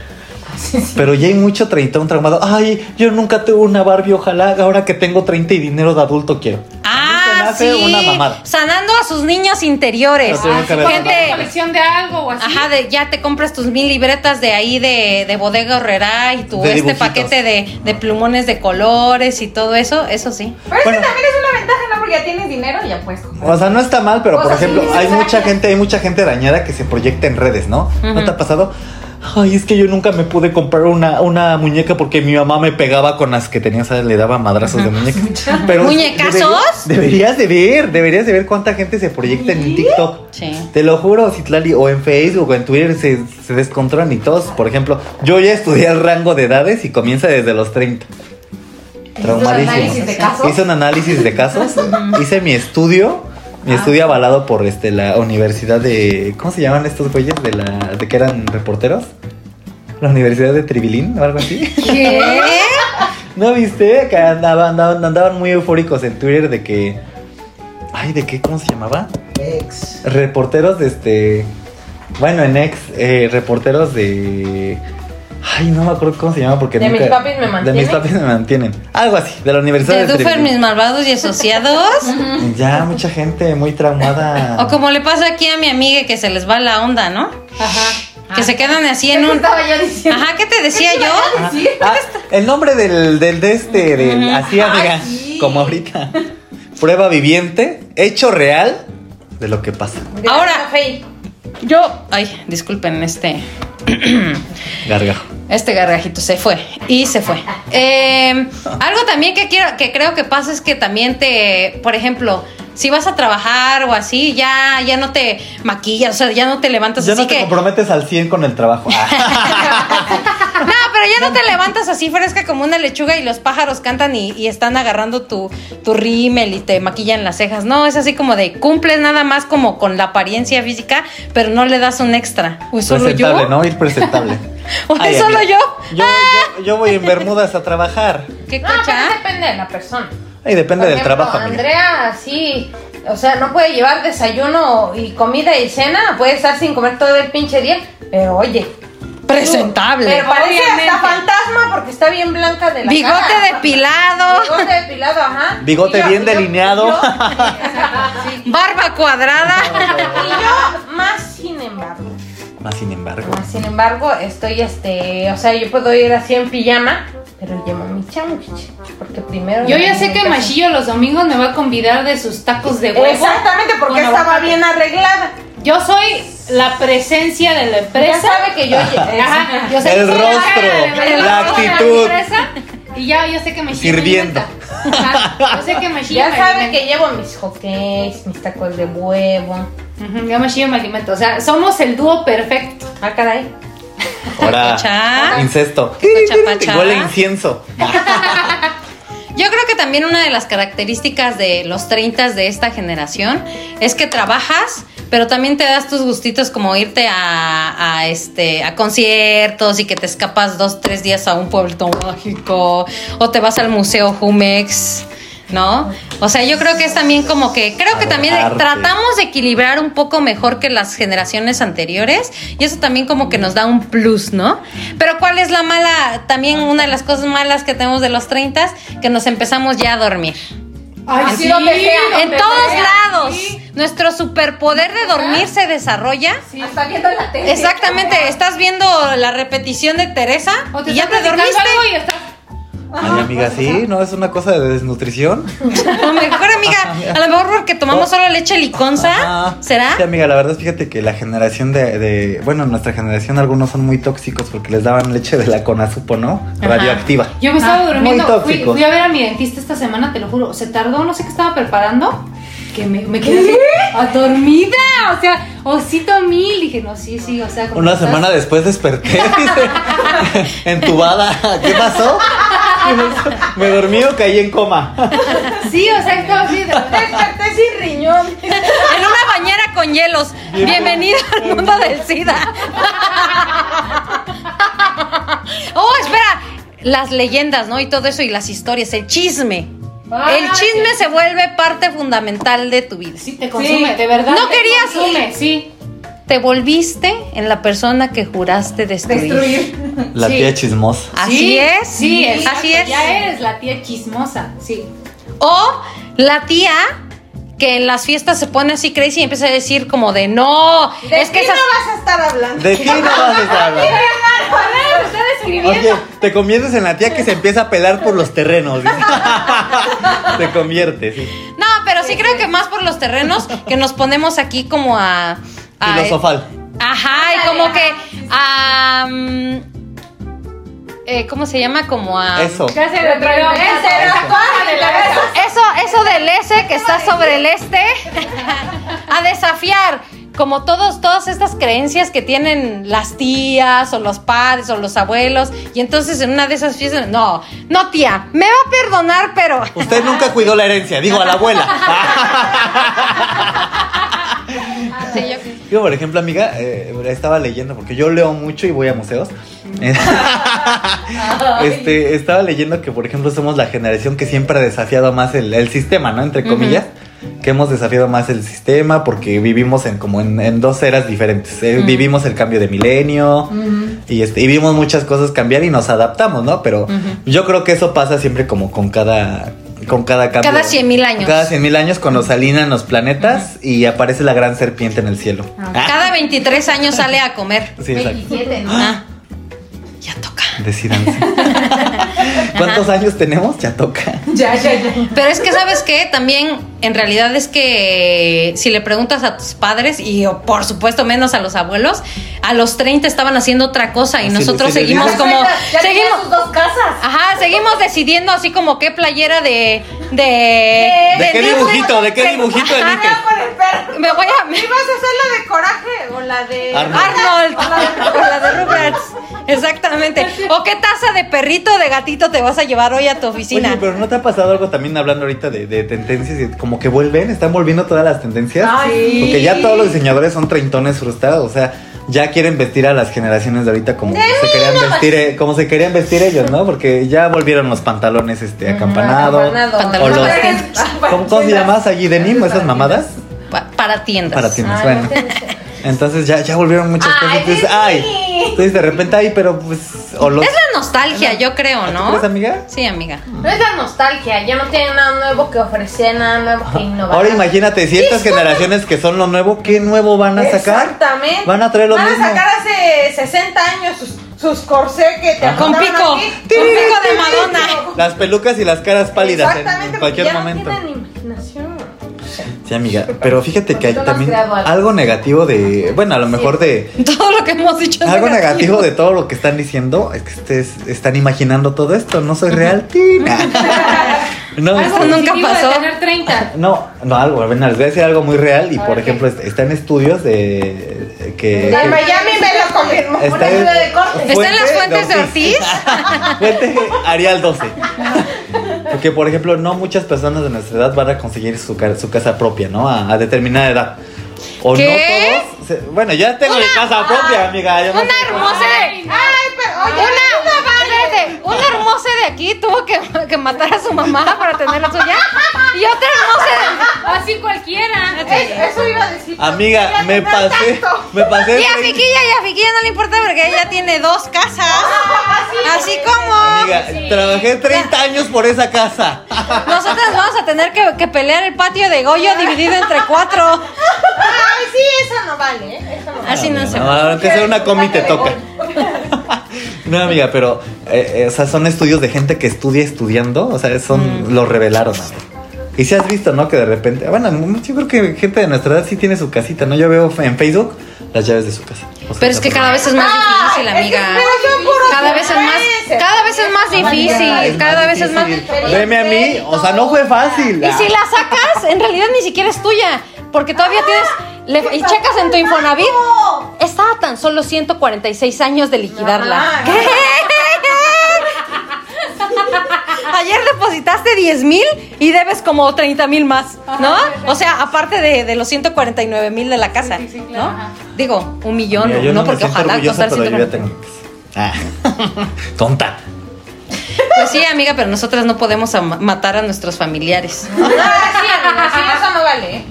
Speaker 2: Pero ya hay mucho treintón traumado. Ay, yo nunca tuve una Barbie, ojalá ahora que tengo 30 y dinero de adulto quiero. se me
Speaker 1: Ah,
Speaker 2: hace
Speaker 1: sí.
Speaker 2: una mamada.
Speaker 1: Sanando a sus niños interiores.
Speaker 2: No sé, nunca
Speaker 3: Cuando
Speaker 2: había
Speaker 1: gente-
Speaker 3: tienes colección de algo o así.
Speaker 1: Ajá, de- ya te compras tus mil libretas de ahí de, de bodega horrera y tu
Speaker 2: De
Speaker 1: este
Speaker 2: dibujitos.
Speaker 1: paquete de, de plumones de colores y todo eso, eso sí.
Speaker 4: Pero
Speaker 2: Bueno.
Speaker 4: es que también es una ventaja, ¿no? Porque ya tienes dinero y ya puedes comprar.
Speaker 2: O sea, no está mal, pero
Speaker 4: O
Speaker 2: por
Speaker 4: sea, sí,
Speaker 2: ejemplo,
Speaker 4: sí,
Speaker 2: hay
Speaker 4: sí.
Speaker 2: mucha gente, hay mucha gente dañada que se proyecta en redes, ¿no? ¿No te ha pasado? Ay, es que yo nunca me pude comprar una, una muñeca porque mi mamá me pegaba con las que tenía, o sea, le daba madrazos de muñeca. Pero
Speaker 1: ¿Muñecazos?
Speaker 2: Deberías, deberías de ver, deberías de ver cuánta gente se proyecta en TikTok.
Speaker 1: Sí.
Speaker 2: Te lo juro, Citlali, o en Facebook o en Twitter se, se descontrolan y todos, por ejemplo, yo ya estudié el rango de edades y comienza desde los 30. Traumadísimo.
Speaker 4: análisis de casos?
Speaker 2: Hice un análisis de casos, hice mi estudio, mi
Speaker 4: Ah.
Speaker 2: estudio avalado por este la Universidad de ¿cómo se llaman estos güeyes de la de que eran reporteros? La Universidad de Tribilín o algo así.
Speaker 3: ¿Qué?
Speaker 2: ¿No viste? Que andaban, andaban, andaban muy eufóricos en Twitter de que. Ay, ¿de qué? ¿Cómo se llamaba?
Speaker 5: Ex.
Speaker 2: Reporteros de este. Bueno, en ex, eh, reporteros de. Ay, no me acuerdo cómo se llama porque
Speaker 4: ¿De
Speaker 2: nunca-
Speaker 4: mis papis me
Speaker 2: De mis
Speaker 4: mantienen?
Speaker 2: papis me mantienen. Algo así, de la Universidad
Speaker 1: De
Speaker 2: de,
Speaker 1: Dufer, mis
Speaker 2: Tribilín.
Speaker 1: malvados y asociados.
Speaker 2: Ya, mucha gente muy traumada.
Speaker 1: o como le pasa aquí a mi amiga que se les va la onda, ¿no?
Speaker 3: Ajá.
Speaker 1: Que se quedan así en
Speaker 4: ¿Qué
Speaker 1: un...
Speaker 4: estaba yo diciendo?
Speaker 1: Ajá, ¿qué te decía
Speaker 4: ¿Qué te
Speaker 1: yo?
Speaker 4: iba a decir?
Speaker 2: Ah, el nombre del, del de este, del así amiga,
Speaker 4: sí.
Speaker 2: como ahorita. Prueba viviente, hecho real de lo que pasa.
Speaker 4: De
Speaker 1: Ahora-
Speaker 4: Fey.
Speaker 1: Yo... Ay, disculpen, este...
Speaker 2: Gargajo.
Speaker 1: Este gargajito se fue y se fue. Eh, algo también que quiero, que creo que pasa es que también te, por ejemplo, si vas a trabajar o así, ya, ya no te maquillas, o sea, ya no te levantas
Speaker 2: Ya
Speaker 1: así
Speaker 2: no te
Speaker 1: que.
Speaker 2: comprometes al 100 con el trabajo. Ah,
Speaker 1: No, pero ya no te levantas así fresca como una lechuga y los pájaros cantan y, y están agarrando tu, tu rímel y te maquillan las cejas. No, es así como de cumples nada más como con la apariencia física, pero no le das un extra. ¿O es solo
Speaker 2: presentable,
Speaker 1: yo?
Speaker 2: ¿no? Ir presentable.
Speaker 1: ¿O es
Speaker 2: Ay,
Speaker 1: solo
Speaker 2: amiga,
Speaker 1: yo?
Speaker 2: Yo,
Speaker 5: Ah.
Speaker 2: yo- yo voy en Bermudas a trabajar.
Speaker 1: ¿Qué
Speaker 5: No,
Speaker 1: cacha?
Speaker 5: pero depende de la persona.
Speaker 2: Ay, depende
Speaker 5: Por
Speaker 2: del
Speaker 5: ejemplo,
Speaker 2: trabajo, amiga.
Speaker 5: Andrea, sí. O sea, no puede llevar desayuno y comida y cena. Puede estar sin comer todo el pinche día. Pero oye.
Speaker 1: Presentable.
Speaker 5: Pero parece
Speaker 3: Obviamente.
Speaker 5: hasta fantasma porque está bien blanca de la
Speaker 1: Bigote
Speaker 5: cara.
Speaker 1: depilado,
Speaker 5: Bigote depilado, ajá.
Speaker 2: Bigote
Speaker 5: Y yo-
Speaker 2: bien
Speaker 5: y yo-
Speaker 2: delineado.
Speaker 5: yo- Exacto, sí.
Speaker 1: barba cuadrada.
Speaker 5: Y yo, más sin embargo,
Speaker 2: Más sin embargo.
Speaker 5: más sin embargo, estoy este, o sea, yo puedo ir así en pijama, pero llevo mi sándwich, porque primero...
Speaker 3: Yo
Speaker 5: la
Speaker 3: ya sé que
Speaker 5: alimentación-
Speaker 3: Machillo los domingos me va a convidar de sus tacos de huevo.
Speaker 4: Exactamente, porque
Speaker 3: Con
Speaker 4: estaba
Speaker 3: aguacate.
Speaker 4: bien arreglada.
Speaker 3: Yo soy la presencia de la
Speaker 5: Ya
Speaker 3: empresa.
Speaker 5: sabe que yo...
Speaker 3: Ajá, yo sé
Speaker 2: El
Speaker 3: que soy
Speaker 2: rostro,
Speaker 3: cara de
Speaker 2: la
Speaker 3: de
Speaker 2: actitud.
Speaker 3: empresa, y ya, yo sé que Machillo me
Speaker 2: Sirviendo.
Speaker 3: alimenta. Ajá, Yo sé que Machillo
Speaker 5: Ya
Speaker 3: me
Speaker 5: sabe
Speaker 3: alimenta.
Speaker 5: que llevo mis hotcakes, mis tacos de huevo.
Speaker 3: Ujú, Yo Machillo me alimento. O sea, somos el dúo perfecto.
Speaker 5: Ah, caray.
Speaker 2: Ahora,
Speaker 1: Cocha.
Speaker 2: incesto.
Speaker 1: Cocha, pacha.
Speaker 2: Huele a incienso.
Speaker 1: Yo creo que también una de las características de los 30 de esta generación es que trabajas, pero también te das tus gustitos como irte a, a, este, a conciertos y que te escapas dos, tres días a un pueblito mágico o te vas al Museo Jumex. ¿No? O sea, yo creo que es también como que, creo que también
Speaker 2: Arte.
Speaker 1: tratamos de equilibrar un poco mejor que las generaciones anteriores y eso también como que nos da un plus, ¿no? Pero ¿cuál es la mala, también una de las cosas malas que tenemos de los 30? Que nos empezamos ya a dormir.
Speaker 3: Ay,
Speaker 4: Así donde sea.
Speaker 1: En
Speaker 4: Donde
Speaker 1: todos
Speaker 4: sea,
Speaker 1: lados. Nuestro superpoder de dormir se desarrolla.
Speaker 4: Hasta viendo la tele.
Speaker 1: Exactamente, estás viendo la repetición de Teresa
Speaker 3: O te
Speaker 1: y ya
Speaker 3: está
Speaker 1: te
Speaker 3: platicando
Speaker 1: dormiste.
Speaker 3: algo y estás-
Speaker 4: O
Speaker 5: Ah.
Speaker 2: Ay, amiga, sí, ¿no? Es una cosa de desnutrición.
Speaker 1: A lo mejor, amiga, a lo mejor porque tomamos solo leche liconza,
Speaker 2: Ajá.
Speaker 1: ¿será?
Speaker 2: Sí, amiga, la verdad, fíjate que la generación de, de- Bueno, nuestra generación, algunos son muy tóxicos porque les daban leche de la Conazupo, ¿no?
Speaker 1: Ajá.
Speaker 2: Radioactiva.
Speaker 3: Yo me estaba
Speaker 2: muy
Speaker 3: durmiendo, fui,
Speaker 2: tóxicos.
Speaker 3: fui a ver a mi dentista esta semana, te lo juro. Se tardó, no sé qué estaba preparando. Que me, me quedé así, dormida, o sea, osito mil. Dije, no, sí, sí, o sea. como
Speaker 2: Una
Speaker 3: estás-
Speaker 2: semana después desperté, dice, entubada. ¿Qué pasó? ¿Qué pasó? Me dormí o caí en coma.
Speaker 3: Sí, o sea, estaba así. de-
Speaker 5: Desperté sin riñón.
Speaker 1: En una bañera con hielos. Bienvenida al mundo del SIDA. Oh, espera. Las leyendas, ¿no? Y todo eso y las historias, el chisme.
Speaker 3: Ay,
Speaker 1: el chisme se vuelve parte fundamental de tu vida.
Speaker 3: Sí, te consume, de verdad.
Speaker 1: No
Speaker 3: te
Speaker 1: querías
Speaker 3: consume,
Speaker 1: ir.
Speaker 3: sí.
Speaker 1: Te volviste en la persona que juraste destruir.
Speaker 4: Destruir.
Speaker 2: La
Speaker 3: Sí.
Speaker 2: tía chismosa.
Speaker 1: Así
Speaker 3: Sí,
Speaker 1: es.
Speaker 3: Sí, exacto,
Speaker 1: así es.
Speaker 3: Ya eres la tía chismosa, sí.
Speaker 1: O la tía que en las fiestas se pone así crazy y empieza a decir como de no,
Speaker 5: ¿De
Speaker 1: es que
Speaker 5: ti
Speaker 1: esas
Speaker 5: no vas a estar hablando?
Speaker 2: ¿De qué no vas a estar hablando?
Speaker 3: Está describiendo.
Speaker 2: Oye, te conviertes en la tía que se empieza a pelar por los terrenos. dice. Te conviertes, sí.
Speaker 1: No, pero sí creo que más por los terrenos que nos ponemos aquí como a. a-
Speaker 2: Filosofal.
Speaker 1: Ajá, y como que. a, mm, eh, ¿Cómo se llama? Como
Speaker 3: Ah.
Speaker 1: a. mm,
Speaker 2: Eso.
Speaker 3: Ya se lo traigo.
Speaker 5: Ese, la cosa de la cabeza.
Speaker 1: Eso, eso del S que está sobre el este. a desafiar. Como todos, todas estas creencias que tienen las tías o los padres o los abuelos. Y entonces en una de esas fiestas. No, no, tía. Me va a perdonar, pero.
Speaker 2: Usted nunca cuidó la herencia, digo, a la abuela.
Speaker 1: Sí, yo-
Speaker 2: Yo, por ejemplo, amiga, eh, estaba leyendo, porque yo leo mucho y voy a museos. este, estaba leyendo que, por ejemplo, somos la generación que siempre ha desafiado más el, el sistema, ¿no? Entre comillas. Que hemos desafiado más el sistema porque vivimos en como en, en dos eras diferentes. eh, Vivimos el cambio de milenio y, este, y vimos muchas cosas cambiar y nos adaptamos, ¿no? Pero yo creo que eso pasa siempre como con cada con cada cambio.
Speaker 1: Cada 100.000 años.
Speaker 2: Cada 100.000 años cuando se alinean los planetas y aparece la gran serpiente en el cielo. Ah,
Speaker 1: Cada 23 años sale a comer.
Speaker 2: Sí, exacto.
Speaker 4: 27, ¿no?
Speaker 1: Ah, ya toca.
Speaker 2: Decídanse. ¿Cuántos años tenemos? Ya toca.
Speaker 4: Ya, ya, ya.
Speaker 1: Pero es que, ¿sabes qué? También, en realidad, es que si le preguntas a tus padres y, o, por supuesto, menos a los abuelos, a los 30 estaban haciendo otra cosa y
Speaker 2: Sí,
Speaker 1: nosotros
Speaker 2: sí, sí,
Speaker 1: seguimos
Speaker 2: sí.
Speaker 1: como.
Speaker 4: Ya tenía
Speaker 1: seguimos.
Speaker 4: sus dos casas.
Speaker 1: Ajá, seguimos decidiendo así como qué playera de. ¿De,
Speaker 2: ¿De qué
Speaker 1: Disney.
Speaker 2: dibujito? ¿De qué dibujito de
Speaker 1: Ajá,
Speaker 2: Mickey?
Speaker 4: Ah, por el perro.
Speaker 1: Me voy a. me-
Speaker 4: ¿Ibas a hacer la de coraje o la de.
Speaker 2: Arnold.
Speaker 1: Arnold, con la de Rugrats. Exactamente. ¿O qué taza de perrito o de gatito te vas a llevar hoy a tu oficina?
Speaker 2: Oye, pero ¿no te ha pasado algo también hablando ahorita de, de tendencias? y Como que vuelven, están volviendo todas las tendencias.
Speaker 4: Ay,
Speaker 2: Porque ya todos los diseñadores son treintones frustrados, o sea, ya quieren vestir a las generaciones de ahorita como se querían vestir, eh, como se querían vestir ellos, ¿no? Porque ya volvieron los pantalones este acampanados.
Speaker 5: acampanados.
Speaker 2: O los,
Speaker 1: Pantalones
Speaker 2: ¿Cómo, cómo se llamas allí denim o esas mamadas?
Speaker 1: Pa- para tiendas.
Speaker 2: Para tiendas, bueno. Entonces ya, ya volvieron muchas cosas. Entonces, ay. Entonces de repente ay, pero pues. O los,
Speaker 1: Es la nostalgia, yo creo,
Speaker 2: ¿Tú
Speaker 1: ¿no?
Speaker 2: crees, amiga?
Speaker 1: Sí, amiga.
Speaker 5: No es la nostalgia, ya no tienen nada nuevo que ofrecer, nada nuevo que innovar.
Speaker 2: Ahora imagínate, si estas generaciones que son lo nuevo, ¿qué nuevo van a sacar?
Speaker 5: Exactamente.
Speaker 2: Van a traer lo
Speaker 5: Van
Speaker 2: mismo.
Speaker 5: a sacar hace 60 años sus, sus corsé que te
Speaker 2: Ajá.
Speaker 1: Con
Speaker 5: apuntaban
Speaker 1: pico.
Speaker 5: aquí.
Speaker 1: Con pico de Madonna.
Speaker 2: Las pelucas y las caras pálidas en, en
Speaker 5: Exactamente,
Speaker 2: cualquier
Speaker 5: porque ya
Speaker 2: momento.
Speaker 5: No tienen imaginación.
Speaker 2: Sí, amiga, pero fíjate que hay
Speaker 5: Porque tú no has
Speaker 2: también
Speaker 5: creado algo.
Speaker 2: algo negativo de, bueno, a lo mejor de
Speaker 1: Todo lo que hemos dicho es
Speaker 2: algo negativo de todo lo que están diciendo es que ustedes están imaginando todo esto, no soy real, Tina. No,
Speaker 3: Algo
Speaker 2: este-
Speaker 1: nunca
Speaker 3: positivo
Speaker 1: pasó.
Speaker 3: De tener 30.
Speaker 2: no, no, algo, bueno, les voy a decir algo muy real y por ejemplo, est- está en estudios de
Speaker 4: Pues
Speaker 2: que
Speaker 5: En Miami me lo confirmó. Una
Speaker 2: en-
Speaker 5: ayuda de corte.
Speaker 1: ¿Está en las fuentes de Ortiz?
Speaker 2: Fuente Arial 12. Porque, por ejemplo, no muchas personas de nuestra edad van a conseguir su, ca- su casa propia, ¿no? A, a determinada edad. O
Speaker 1: ¿Qué?
Speaker 2: no todos. se- bueno, ya tengo mi casa propia, amiga. ya no
Speaker 1: Una
Speaker 2: sé-
Speaker 1: hermosa de.
Speaker 5: Ay, pero oye,
Speaker 1: Una, espérate, una hermosa de aquí tuvo que, que matar a su mamá para tener la suya. Y otra hermosa
Speaker 3: Así cualquiera.
Speaker 5: es- eso iba a decir.
Speaker 2: Amiga, me pasé. Me pasé.
Speaker 1: de. Y a
Speaker 2: 30
Speaker 1: Fiquilla y a Fiquilla no le importa porque ella tiene dos casas. Así como.
Speaker 2: Amiga, trabajé 30 años por esa casa.
Speaker 1: Nosotras vamos a tener que, que pelear el patio de Goyo dividido entre cuatro.
Speaker 5: Ay,
Speaker 2: Ah,
Speaker 5: sí, eso no vale. ¿eh? Eso no vale.
Speaker 1: Así no se va.
Speaker 2: Aunque sea una comi te toca. No, amiga, pero eh, eh, o sea, son estudios de gente que estudia estudiando. O sea, son,
Speaker 1: Mm.
Speaker 2: lo revelaron. amiga. Y si has visto, ¿no? Que de repente. Bueno, m- yo creo que gente de nuestra edad sí tiene su casita, ¿no? Yo veo en Facebook las llaves de su casa. O sea,
Speaker 1: Pero es que cada vez es más
Speaker 4: Ah,
Speaker 1: difícil, amiga. Cada vez es más, cada vez es más difícil, cada vez es más
Speaker 2: Veme a mí, o sea, no fue fácil. Ah,
Speaker 1: Y si la sacas, en realidad ni siquiera es tuya, porque todavía tienes le- y checas en tu Infonavit, está a tan solo 146 años de liquidarla.
Speaker 5: No, no,
Speaker 1: ¿Qué? Ayer depositaste 10 mil y debes como 30 mil más, ¿no? O sea, aparte de, de los 149 mil de la casa, ¿no? Digo, un millón,
Speaker 2: Mira, yo
Speaker 1: no,
Speaker 2: me
Speaker 1: porque
Speaker 2: siento
Speaker 1: ojalá
Speaker 2: orgulloso,
Speaker 1: costar
Speaker 2: pero yo
Speaker 1: 149
Speaker 2: ya tengo mi casa. Ah, tonta.
Speaker 1: Pues sí, amiga, pero nosotras no podemos ama- matar a nuestros familiares.
Speaker 5: sí, amiga, sí, eso no vale. ¿eh?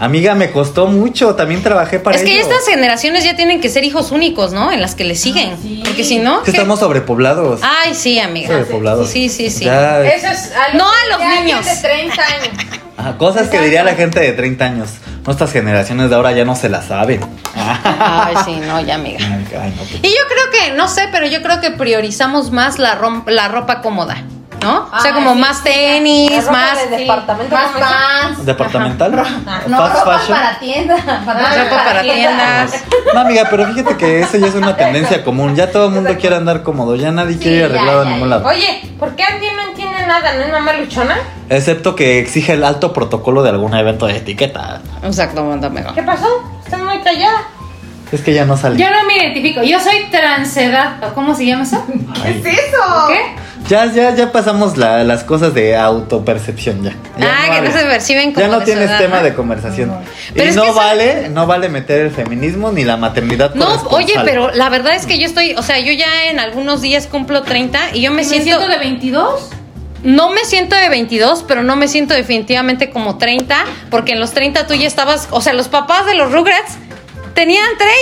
Speaker 2: Amiga, me costó mucho, también trabajé para
Speaker 1: es que ya
Speaker 2: ello.
Speaker 1: estas generaciones ya tienen que ser hijos únicos, ¿no? En las que le
Speaker 5: Ah,
Speaker 1: siguen. Porque si no.
Speaker 2: Es que
Speaker 1: ¿qué?
Speaker 2: estamos pues. sobrepoblados.
Speaker 4: Ah,
Speaker 1: Ay, sí, amiga.
Speaker 2: sobrepoblados.
Speaker 1: Sí, sí, sí.
Speaker 2: Ya,
Speaker 5: Eso es algo
Speaker 1: No
Speaker 5: que
Speaker 1: a los
Speaker 5: ya alguien
Speaker 1: niños.
Speaker 5: de 30 años.
Speaker 2: ajá, cosas que diría la gente de 30 años. Nuestras generaciones de ahora ya no se las saben.
Speaker 1: Ay, sí, no, ya, amiga.
Speaker 2: Ay, no,
Speaker 1: Y yo creo que, no sé, pero yo creo que priorizamos más la, rom- la ropa cómoda, ¿no? o sea,
Speaker 5: Ah,
Speaker 1: como
Speaker 5: sí,
Speaker 1: más
Speaker 5: La
Speaker 1: tenis,
Speaker 5: ropa
Speaker 1: más.
Speaker 5: de departamento.
Speaker 4: Más
Speaker 5: ¿cómo se llama?
Speaker 4: pants.
Speaker 2: ¿Departamental?
Speaker 4: No,
Speaker 2: ¿Fast
Speaker 4: ropa
Speaker 2: fashion?
Speaker 4: para tienda. Para
Speaker 1: ropa para tiendas.
Speaker 2: No, amiga, pero fíjate que eso ya es una tendencia común. Ya todo el mundo quiere andar cómodo. Ya nadie quiere ir
Speaker 4: ya,
Speaker 2: arreglado
Speaker 4: ya,
Speaker 2: a ningún lado.
Speaker 5: Oye, ¿por qué alguien no entiende nada? ¿No es mamá luchona?
Speaker 2: Excepto que exige el alto protocolo de algún evento de etiqueta.
Speaker 1: Exactamente, amiga.
Speaker 5: ¿Qué pasó? Estás muy callada.
Speaker 2: Es que ya no sale.
Speaker 3: Yo no me identifico, yo soy transedad. ¿o ¿Cómo se llama eso?
Speaker 4: ¿Qué es eso?
Speaker 3: ¿Qué?
Speaker 2: Ya, ya, ya pasamos la- las cosas de autopercepción ya. Ya
Speaker 1: Ah, que no
Speaker 2: vale.
Speaker 1: se perciben como
Speaker 2: Ya no
Speaker 1: de su
Speaker 2: tienes
Speaker 1: edad,
Speaker 2: tema
Speaker 1: ¿no?
Speaker 2: de conversación.
Speaker 1: Pero
Speaker 2: Y
Speaker 1: es que
Speaker 2: no
Speaker 1: eso-
Speaker 2: vale, no vale meter el feminismo ni la maternidad.
Speaker 1: No,
Speaker 2: corresponsal.
Speaker 1: oye, pero la verdad es que yo estoy, o sea, yo ya en algunos días cumplo 30 y yo me
Speaker 3: ¿Me
Speaker 1: siento,
Speaker 3: siento de 22?
Speaker 1: no me siento de 22, pero no me siento definitivamente como 30, porque en los 30 tú ya estabas, o sea, los papás de los Rugrats tenían 30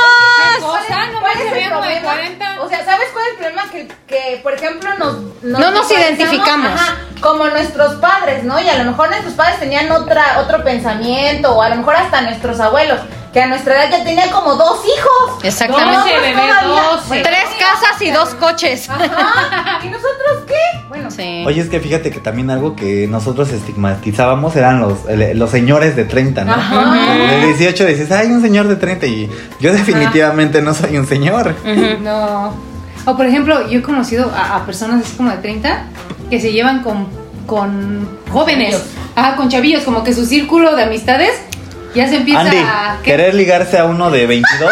Speaker 1: años.
Speaker 4: ¿Cuál es-
Speaker 3: Cosa, no
Speaker 4: cuál
Speaker 3: me se
Speaker 4: es el
Speaker 3: veía como de
Speaker 4: problema?
Speaker 3: 40.
Speaker 4: O sea, ¿sabes cuál es el problema? Que, que, por ejemplo, nos,
Speaker 1: No nos
Speaker 4: visualizamos,
Speaker 1: identificamos.
Speaker 4: ajá, como nuestros padres, ¿no? Y a lo mejor nuestros padres tenían otra, otro pensamiento, o a lo mejor hasta nuestros abuelos, que a nuestra edad ya tenían como dos hijos.
Speaker 1: Exactamente.
Speaker 4: Nosotros
Speaker 3: Doce, bebé, doce.
Speaker 4: Bueno,
Speaker 1: Tres
Speaker 4: sí,
Speaker 1: casas y dos coches.
Speaker 4: Ajá. ¿Y nosotros qué? Bueno,
Speaker 1: Sí.
Speaker 2: Oye, es que fíjate que también algo que nosotros estigmatizábamos eran los, el- los señores de 30, ¿no?
Speaker 4: Ajá.
Speaker 2: Como De 18 dices, ay, un señor de 30 y yo definitivamente no soy un señor.
Speaker 1: Ujú.
Speaker 3: No. O por ejemplo, yo he conocido a, a personas así como de 30 que se llevan con, con jóvenes. Ah, con chavillos, como que su círculo de amistades ya se empieza
Speaker 2: Andy,
Speaker 3: a... ¿qué?
Speaker 2: querer ligarse a uno de 22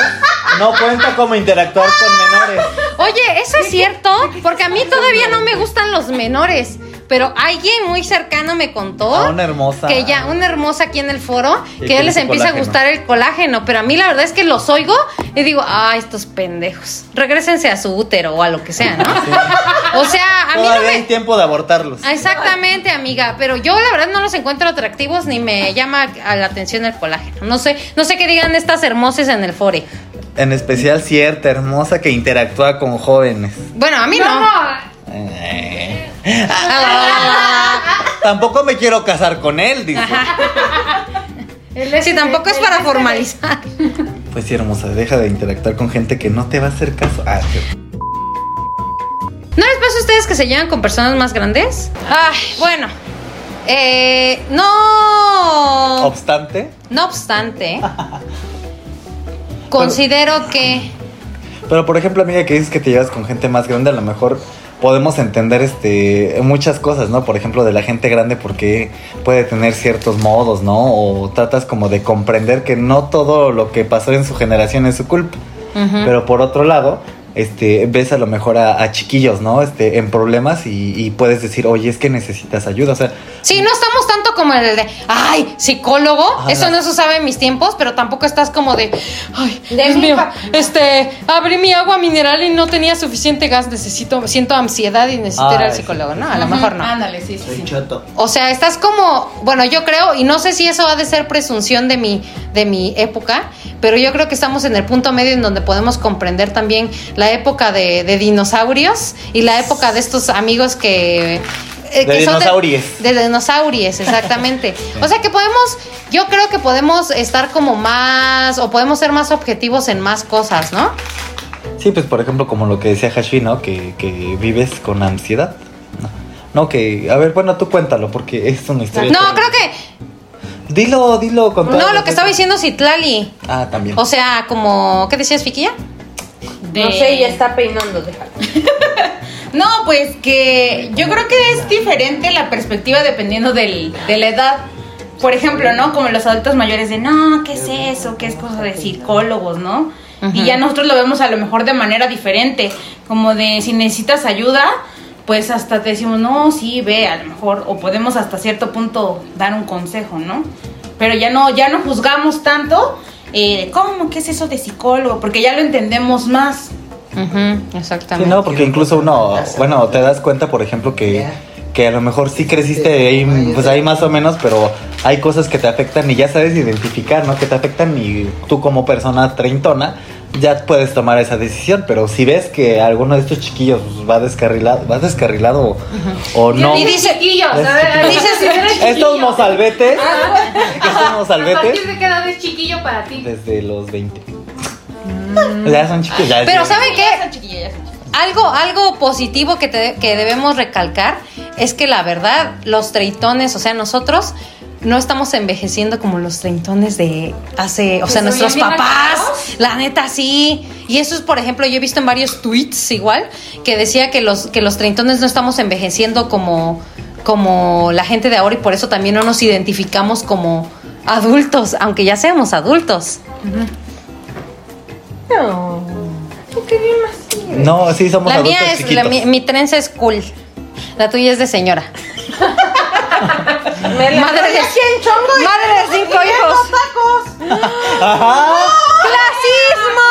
Speaker 2: no cuenta como interactuar con menores.
Speaker 1: Oye, eso es cierto, porque a mí todavía no me gustan los menores, pero alguien muy cercano me contó.
Speaker 2: A Ah, una hermosa.
Speaker 1: que ya una hermosa aquí en el foro
Speaker 2: Y
Speaker 1: que ya
Speaker 2: con
Speaker 1: les
Speaker 2: su
Speaker 1: empieza a
Speaker 2: colágeno.
Speaker 1: gustar el colágeno pero a mí la verdad es que los oigo y digo ah estos pendejos regrésense a su útero o a lo que sea no o sea a mí
Speaker 2: Todavía
Speaker 1: no
Speaker 2: hay
Speaker 1: me
Speaker 2: tiempo de abortarlos.
Speaker 1: Ah, exactamente amiga pero yo la verdad no los encuentro atractivos ni me llama a la atención el colágeno no sé no sé qué digan estas hermosas en el fore
Speaker 2: En especial cierta hermosa que interactúa con jóvenes.
Speaker 1: bueno a mí no,
Speaker 3: No, no,
Speaker 2: Eh,
Speaker 1: Ah,
Speaker 2: Tampoco me quiero casar con él, dice.
Speaker 3: el- este,
Speaker 1: sí tampoco es
Speaker 3: el-
Speaker 1: para
Speaker 3: el-
Speaker 1: formalizar
Speaker 2: Pues sí, hermosa, deja de interactuar con gente que no te va a hacer caso. Ah, sí.
Speaker 1: ¿No les pasa a ustedes que se llevan con personas más grandes? Ay, bueno. Eh, no.
Speaker 2: Obstante,
Speaker 1: No obstante, considero que.
Speaker 2: Pero por ejemplo, amiga, que dices que te llevas con gente más grande, a lo mejor podemos entender este muchas cosas, ¿no? Por ejemplo, de la gente grande porque puede tener ciertos modos, ¿no? O tratas como de comprender que no todo lo que pasó en su generación es su culpa.
Speaker 1: Ujú.
Speaker 2: Pero por otro lado, este, ves a lo mejor a, a chiquillos, ¿no? Este, en problemas y, y puedes decir, oye, es que necesitas ayuda. O sea,
Speaker 1: Sí, no estamos tanto como en el de, ay, psicólogo,
Speaker 2: Ajá.
Speaker 1: eso no se usaba en mis tiempos, pero tampoco estás como de, ay,
Speaker 5: De
Speaker 1: Dios
Speaker 5: mi
Speaker 1: mío,
Speaker 5: pa-
Speaker 1: este, abrí mi agua mineral y no tenía suficiente gas, necesito, siento ansiedad y necesito ir
Speaker 2: Ay,
Speaker 1: al
Speaker 2: sí,
Speaker 1: psicólogo,
Speaker 2: sí,
Speaker 1: ¿no? A lo mejor no.
Speaker 4: Ándale, sí, sí, sí.
Speaker 2: choto.
Speaker 1: O sea, estás como, bueno, yo creo, y no sé si eso ha de ser presunción de mi, de mi época, pero yo creo que estamos en el punto medio en donde podemos comprender también la época de, de dinosaurios y la época de estos amigos que... eh,
Speaker 2: De dinosauries.
Speaker 1: De, dinosauries, exactamente. O sea que podemos, yo creo que podemos estar como más, o podemos ser más objetivos en más cosas, ¿no?
Speaker 2: Sí, pues por ejemplo, como lo que decía Hashi, ¿no? Que, que vives con ansiedad. No, No, que. A ver, bueno, tú cuéntalo, porque es una historia.
Speaker 6: No,
Speaker 2: terrible.
Speaker 6: creo que.
Speaker 2: Dilo, dilo con toda
Speaker 6: No,
Speaker 2: la
Speaker 6: lo que estaba diciendo Citlali.
Speaker 2: Ah, también.
Speaker 6: O sea, como. ¿Qué decías, Fiquilla?
Speaker 1: No sé, ya está peinando, déjalo.
Speaker 4: No, pues que yo creo que es diferente la perspectiva dependiendo del- de la edad. Por ejemplo, ¿no? Como los adultos mayores de, no, ¿qué es eso? ¿Qué es cosa de psicólogos, no? Y ya nosotros lo vemos a lo mejor de manera diferente, como de si necesitas ayuda, pues hasta te decimos, no, sí, ve, a lo mejor, o podemos hasta cierto punto dar un consejo, ¿no? Pero ya no, ya no juzgamos tanto, eh, ¿cómo? ¿Qué es eso de psicólogo? Porque ya lo entendemos más.
Speaker 6: Ujú,
Speaker 2: Sí,
Speaker 6: exactamente.
Speaker 2: no, porque incluso uno, bueno, te das cuenta, por ejemplo, que, que a lo mejor sí creciste ahí, pues ahí más o menos, pero hay cosas que te afectan y ya sabes identificar, ¿no? Que te afectan y tú como persona treintona ya puedes tomar esa decisión, pero si ves que alguno de estos chiquillos pues, va descarrilado, va descarrilado o no,
Speaker 6: Y dice,
Speaker 2: Es- estos mozalbetes,
Speaker 6: Ah,
Speaker 2: estos
Speaker 3: ¿A
Speaker 2: mozalbetes,
Speaker 3: partir de qué edad es chiquillo para ti?
Speaker 2: desde los 20. Ya son chiquillos, ya
Speaker 6: Pero
Speaker 2: es-
Speaker 6: ¿saben qué? Algo, algo positivo que, te- que debemos recalcar es que la verdad, los treintones, o sea, nosotros no estamos envejeciendo como los treintones de hace, o sea,
Speaker 3: se
Speaker 6: nuestros
Speaker 3: veían bien
Speaker 6: papás,
Speaker 3: marcados.
Speaker 6: la neta sí. Y eso es, por ejemplo, yo he visto en varios tweets igual que decía que los, que los treintones no estamos envejeciendo como, como la gente de ahora y por eso también no nos identificamos como adultos, aunque ya seamos adultos.
Speaker 1: No. Qué bien así.
Speaker 2: No, sí somos
Speaker 6: La
Speaker 2: adultos
Speaker 6: mía es, la,
Speaker 2: chiquitos.
Speaker 6: mi, mi trenza es cool. La tuya es de señora.
Speaker 1: Me la
Speaker 6: Madre
Speaker 1: Madre
Speaker 6: de-
Speaker 1: aquí en chongo y-
Speaker 6: madre de cinco
Speaker 1: y viendo
Speaker 6: hijos.
Speaker 1: tacos.
Speaker 2: Ajá.
Speaker 6: ¡Clasismo!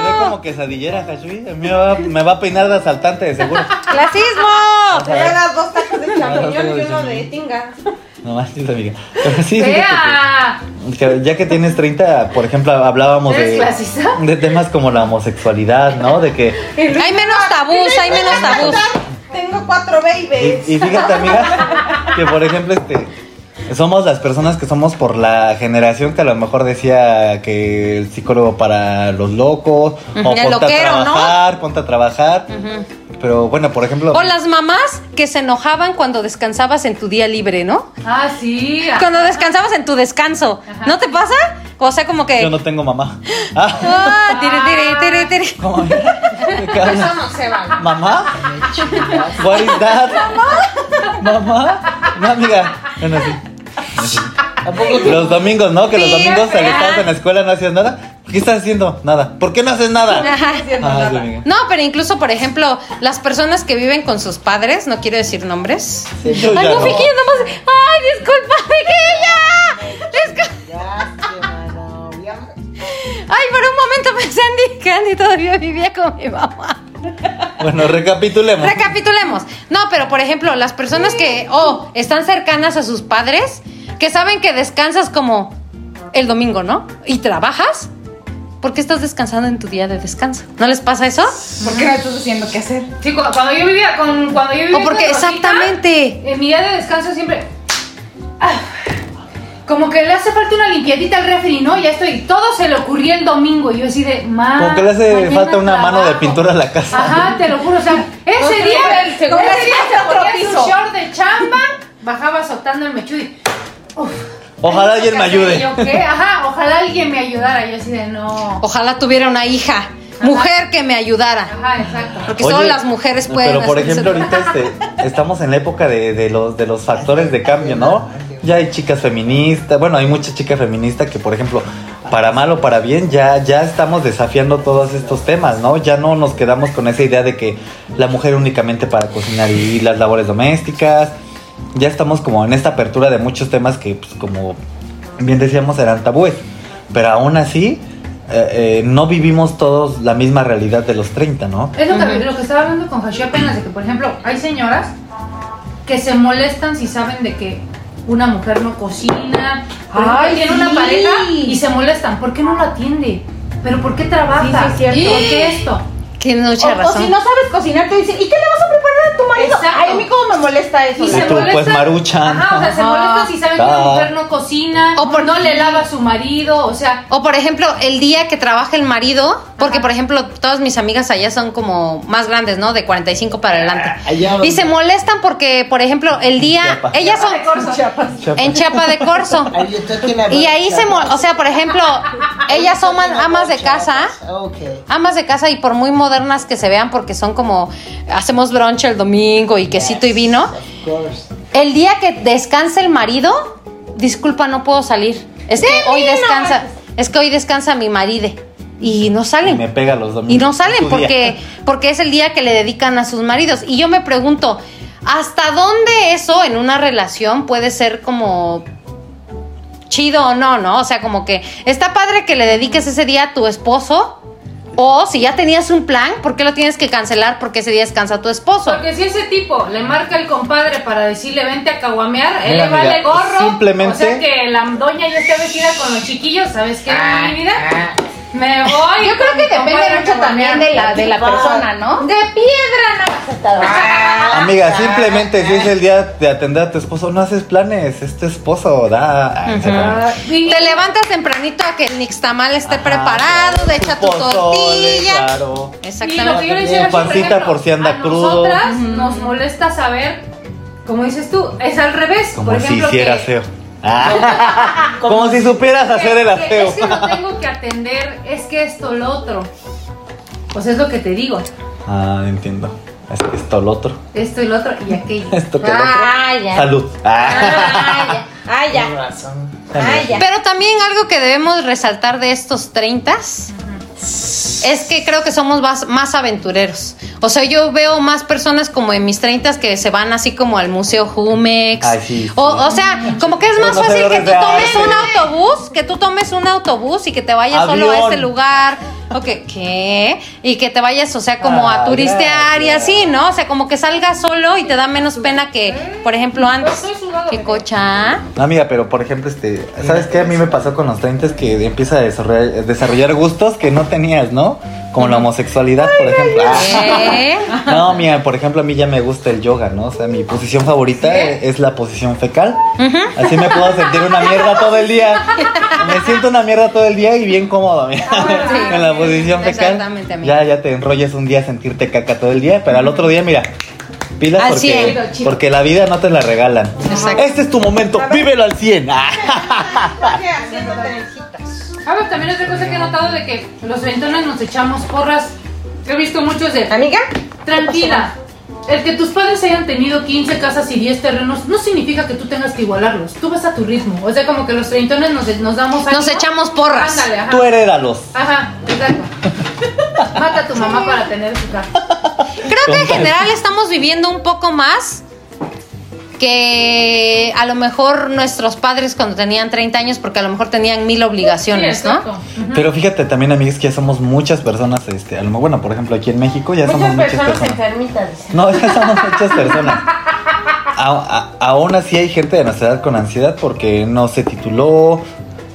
Speaker 2: Se ve como quesadillera, Hashui. A mí Me va, me va a peinar de asaltante, de seguro.
Speaker 6: ¡Clasismo!
Speaker 1: Me hagas dos tacos de champiñón y
Speaker 2: de
Speaker 1: uno de
Speaker 2: champiñón.
Speaker 1: tinga.
Speaker 2: No manches, amiga. Pero sí, fíjate
Speaker 3: ¡Vea!
Speaker 2: que- que ya que tienes 30, por ejemplo, hablábamos
Speaker 3: ¿Eres
Speaker 2: de,
Speaker 3: clasista?
Speaker 2: de temas como la homosexualidad, ¿no? De que.
Speaker 6: Hay menos tabús, hay menos tabús.
Speaker 1: Tengo cuatro babies.
Speaker 2: Y, y fíjate, amiga, que por ejemplo, este. Somos las personas que somos por la generación que a lo mejor decía que el psicólogo para los locos,
Speaker 6: Ujú,
Speaker 2: o
Speaker 6: el
Speaker 2: ponte
Speaker 6: loquero,
Speaker 2: a
Speaker 6: ¿no?
Speaker 2: trabajar, ponte a trabajar. Pero bueno, por ejemplo.
Speaker 6: O las mamás que se enojaban cuando descansabas en tu día libre, ¿no?
Speaker 3: Ah, sí. ah.
Speaker 6: Cuando descansabas en tu descanso.
Speaker 3: Ajá.
Speaker 6: ¿No te pasa? O sea, como
Speaker 2: Yo
Speaker 6: que.
Speaker 2: no tengo mamá. Ah,
Speaker 6: Ah, tiri, tiri, tiri, tiri.
Speaker 2: ¿cómo? ¿De qué hablas?
Speaker 1: no se va.
Speaker 2: ¿Mamá? What is that? ¿Mamá? No, amiga. Bueno, sí. Sí. Los domingos, ¿no? Que los
Speaker 6: Sí,
Speaker 2: domingos
Speaker 6: ajá.
Speaker 2: al estabas en la escuela no hacías nada. ¿Qué estás haciendo? Nada. ¿Por qué no haces nada?
Speaker 6: Ajá.
Speaker 2: Ah, sí, amiga.
Speaker 6: No, pero incluso, por ejemplo, las personas que viven con sus padres, no quiero decir nombres.
Speaker 2: Sí, yo
Speaker 6: Ay,
Speaker 2: ya
Speaker 6: no,
Speaker 2: no.
Speaker 6: Fiquilla, nomás. Ay, disculpa, Fiquilla. Disculpa. Ay, por un momento pensé en Dick Candy, todavía vivía con mi mamá.
Speaker 2: Bueno, recapitulemos.
Speaker 6: Recapitulemos. No, pero por ejemplo, las personas que, oh, están cercanas a sus padres, que saben que descansas como el domingo, ¿no? Y trabajas. ¿Por qué estás descansando en tu día de descanso? ¿No les pasa eso?
Speaker 4: ¿Por qué no estás diciendo qué hacer?
Speaker 3: Sí, cu- cuando yo vivía con. Cuando yo vivía
Speaker 6: O porque
Speaker 3: con Rosita,
Speaker 6: exactamente.
Speaker 3: En mi día de descanso siempre. Ah, como que le hace falta una limpiadita al refri, ¿no? Ya estoy. Todo se le ocurría el domingo. Y yo así de. "Ma,
Speaker 2: Como que le hace
Speaker 3: mañana
Speaker 2: falta una mano de
Speaker 3: Ah, trabajo".
Speaker 2: pintura a la casa.
Speaker 3: Ajá, te lo juro. O sea, ese
Speaker 1: Otra
Speaker 3: día.
Speaker 1: vez,
Speaker 3: El
Speaker 1: seguro
Speaker 3: ese día
Speaker 1: es
Speaker 3: te
Speaker 1: otro
Speaker 3: ponías
Speaker 1: piso.
Speaker 3: un short de chamba. Bajaba soltando el mechudo y
Speaker 2: Ojalá alguien me
Speaker 3: Y yo,
Speaker 2: ayude.
Speaker 3: ¿qué? Ajá, ojalá alguien me ayudara. Yo así de no.
Speaker 6: Ojalá tuviera una hija, mujer que me ayudara.
Speaker 3: Ajá, exacto.
Speaker 6: Porque solo las mujeres pueden
Speaker 2: Pero por
Speaker 6: hacer eso.
Speaker 2: ejemplo, ahorita este, estamos en la época de, de los, de los factores de cambio, ¿no? Ya hay chicas feministas, bueno, hay muchas chicas feministas que, por ejemplo, para mal o para bien, ya, ya estamos desafiando todos estos temas, ¿no? Ya no nos quedamos con esa idea de que la mujer únicamente para cocinar y las labores domésticas. Ya estamos como en esta apertura de muchos temas que, pues, como bien decíamos, eran tabúes. Pero aún así, eh, eh, no vivimos todos la misma realidad de los 30, ¿no?
Speaker 3: Es lo que, lo que estaba hablando con Hashi apenas, de que, por ejemplo, hay señoras que se molestan si saben de que una mujer no cocina, por ejemplo,
Speaker 1: Ay,
Speaker 3: tiene una
Speaker 1: sí.
Speaker 3: pareja y se molestan. ¿Por qué no lo atiende? ¿Pero por qué trabaja?
Speaker 1: Sí, sí, es cierto.
Speaker 3: ¿Por qué esto?
Speaker 6: Tiene mucha
Speaker 1: O, o si
Speaker 6: razón.
Speaker 1: no sabes cocinar, te dicen, ¿y qué le vas a preparar a tu marido?
Speaker 3: Exacto.
Speaker 1: Ay, a mí cómo me molesta eso.
Speaker 3: Y
Speaker 1: la
Speaker 3: se
Speaker 2: Y tú,
Speaker 1: verdad.
Speaker 3: molestan.
Speaker 2: pues, Maruchan.
Speaker 3: Ajá, o sea, se
Speaker 1: Ajá.
Speaker 3: molestan si saben que una
Speaker 2: Ah.
Speaker 3: mujer no cocina,
Speaker 6: O
Speaker 3: o
Speaker 6: por-
Speaker 3: no le lava a su marido, o sea,
Speaker 6: O por ejemplo, el día que trabaja el marido, Porque, por ejemplo, todas mis amigas allá son como más grandes, ¿no? De 45 para adelante.
Speaker 2: Allá
Speaker 6: Y se molestan porque, por ejemplo, el día...
Speaker 2: Chiapas.
Speaker 6: Ellas son... En Chiapa de Corso.
Speaker 7: Ahí usted tiene
Speaker 6: Y ahí se... mo-
Speaker 7: Chiapas.
Speaker 6: O sea, por ejemplo, ellas son man- amas de casa
Speaker 7: Ok.
Speaker 6: amas de casa y por muy modernas que se vean porque son como hacemos brunch el domingo y quesito y vino,
Speaker 7: Of course.
Speaker 6: el día que descanse el marido, disculpa, no puedo salir. Es que hoy descansa, es que hoy descansa mi marido y no
Speaker 2: Y me
Speaker 6: salen.
Speaker 2: pega los domingos.
Speaker 6: Y no salen
Speaker 2: Tu día.
Speaker 6: porque porque es el día que le dedican a sus maridos y yo me pregunto, ¿hasta dónde eso en una relación puede ser como chido o no, ¿no? O sea, como que está padre que le dediques ese día a tu esposo. O si ya tenías un plan, ¿por qué lo tienes que cancelar? Porque ese día descansa tu esposo.
Speaker 3: Porque si ese tipo le marca al compadre para decirle vente a caguamear, él
Speaker 2: Mira,
Speaker 3: le vale
Speaker 2: mira,
Speaker 3: gorro.
Speaker 2: simplemente-
Speaker 3: O sea que la doña ya está vestida con los chiquillos, ¿sabes qué?
Speaker 2: Ah,
Speaker 3: mi vida, me voy.
Speaker 4: Yo creo
Speaker 3: con mi
Speaker 4: que depende
Speaker 3: compadre a
Speaker 4: mucho
Speaker 3: caguamear.
Speaker 4: también de la, de la persona, ¿no? De piedra no vas a estar.
Speaker 3: Ah,
Speaker 2: Amiga, simplemente si es el día de atender a tu esposo, no haces planes, es tu esposo, da. ah, etcétera.
Speaker 6: Te levantas tempranito a que el nixtamal esté
Speaker 2: Ajá,
Speaker 6: preparado, de
Speaker 2: tu
Speaker 6: echa tu
Speaker 2: Ah, pozole,
Speaker 6: tortilla.
Speaker 2: Claro.
Speaker 3: Y lo que
Speaker 6: Exactamente.
Speaker 3: yo le decía a Rashid,
Speaker 2: Pancita por si anda
Speaker 3: a
Speaker 2: crudo.
Speaker 3: nosotras nos molesta saber, como dices tú, es al revés.
Speaker 2: Como
Speaker 3: por
Speaker 2: si
Speaker 3: ejemplo,
Speaker 2: hiciera
Speaker 3: que-
Speaker 2: aseo. Ah, como si supieras
Speaker 3: que-
Speaker 2: hacer el
Speaker 3: que
Speaker 2: aseo.
Speaker 3: Es que lo tengo que atender, es que esto, lo otro. Pues es lo que te digo,
Speaker 2: Ah, entiendo. Es que esto, lo otro.
Speaker 6: Ah,
Speaker 3: esto y lo otro y aquello.
Speaker 2: Esto que lo otro.
Speaker 4: Ah, ya.
Speaker 2: Salud. Ah.
Speaker 4: Ah, ya. Ah,
Speaker 7: Con
Speaker 4: ya.
Speaker 7: razón.
Speaker 4: Ah, ya.
Speaker 6: Pero también algo que debemos resaltar de estos 30 es que creo que somos más, más aventureros. O sea, yo veo más personas como en mis 30 que se van así como al Museo Jumex.
Speaker 2: Ay, sí, sí.
Speaker 6: O, o sea, como que es más fácil que
Speaker 2: Conocedores
Speaker 6: tú
Speaker 2: de
Speaker 6: tomes un
Speaker 2: arte.
Speaker 6: autobús, que tú tomes un autobús y que te vayas solo a
Speaker 2: Avión.
Speaker 6: este lugar. O que, ¿qué? Y que te vayas, o sea, como
Speaker 2: Ah,
Speaker 6: a turistear y
Speaker 2: gracias.
Speaker 6: así, ¿no? O sea, como que salgas solo y te da menos pena que, por ejemplo, antes.
Speaker 3: estoy sudado,
Speaker 6: ¿Qué
Speaker 3: bebé.
Speaker 6: cocha?
Speaker 2: No, amiga, pero por ejemplo, este, ¿sabes qué? A mí me pasó con los 30 que empieza a desarrollar, desarrollar gustos que no tenías, ¿no? Como la homosexualidad, por ejemplo. Ah.
Speaker 6: ¿Qué?
Speaker 2: No, mira, por ejemplo, a mí ya me gusta el yoga, ¿no? O sea, mi posición favorita e- es la posición fecal. Así me puedo sentir una mierda todo el día. Me siento una mierda todo el día y bien cómodo, mira,
Speaker 6: Ah, sí.
Speaker 2: en la posición fecal.
Speaker 6: Exactamente, amiga.
Speaker 2: Ya, ya te enrollas un día a sentirte caca todo el día, pero al otro día, mira, pilas
Speaker 6: Al
Speaker 2: porque,
Speaker 6: 100.
Speaker 2: porque la vida no te la regalan.
Speaker 6: Exacto.
Speaker 2: Este es tu momento, vívelo al 100.
Speaker 3: Ah, pero también otra cosa que he notado de que los ventones nos echamos porras. He visto muchos de
Speaker 4: Amiga,
Speaker 3: Tranquila. El que tus padres hayan tenido 15 casas y 10 terrenos no significa que tú tengas que igualarlos. Tú vas a tu ritmo. O sea, como que los treintones nos, nos damos
Speaker 6: Nos echamos porras.
Speaker 3: Ándale, ajá.
Speaker 2: Tú herédalos.
Speaker 3: Ajá, exacto. Mata a tu mamá para tener su casa.
Speaker 6: Creo que en general estamos viviendo un poco más que a lo mejor nuestros padres cuando tenían 30 años, porque a lo mejor tenían mil obligaciones,
Speaker 3: Sí,
Speaker 6: ¿no?
Speaker 3: exacto.
Speaker 2: Pero fíjate también, amigas, que ya somos muchas personas, este, a lo mejor, bueno, por ejemplo, aquí en México ya somos
Speaker 4: muchas
Speaker 2: muchas
Speaker 4: personas
Speaker 2: personas.
Speaker 4: enfermitas. dicen.
Speaker 2: No, ya somos muchas personas. A- a- aún así hay gente de nuestra edad con ansiedad porque no se tituló,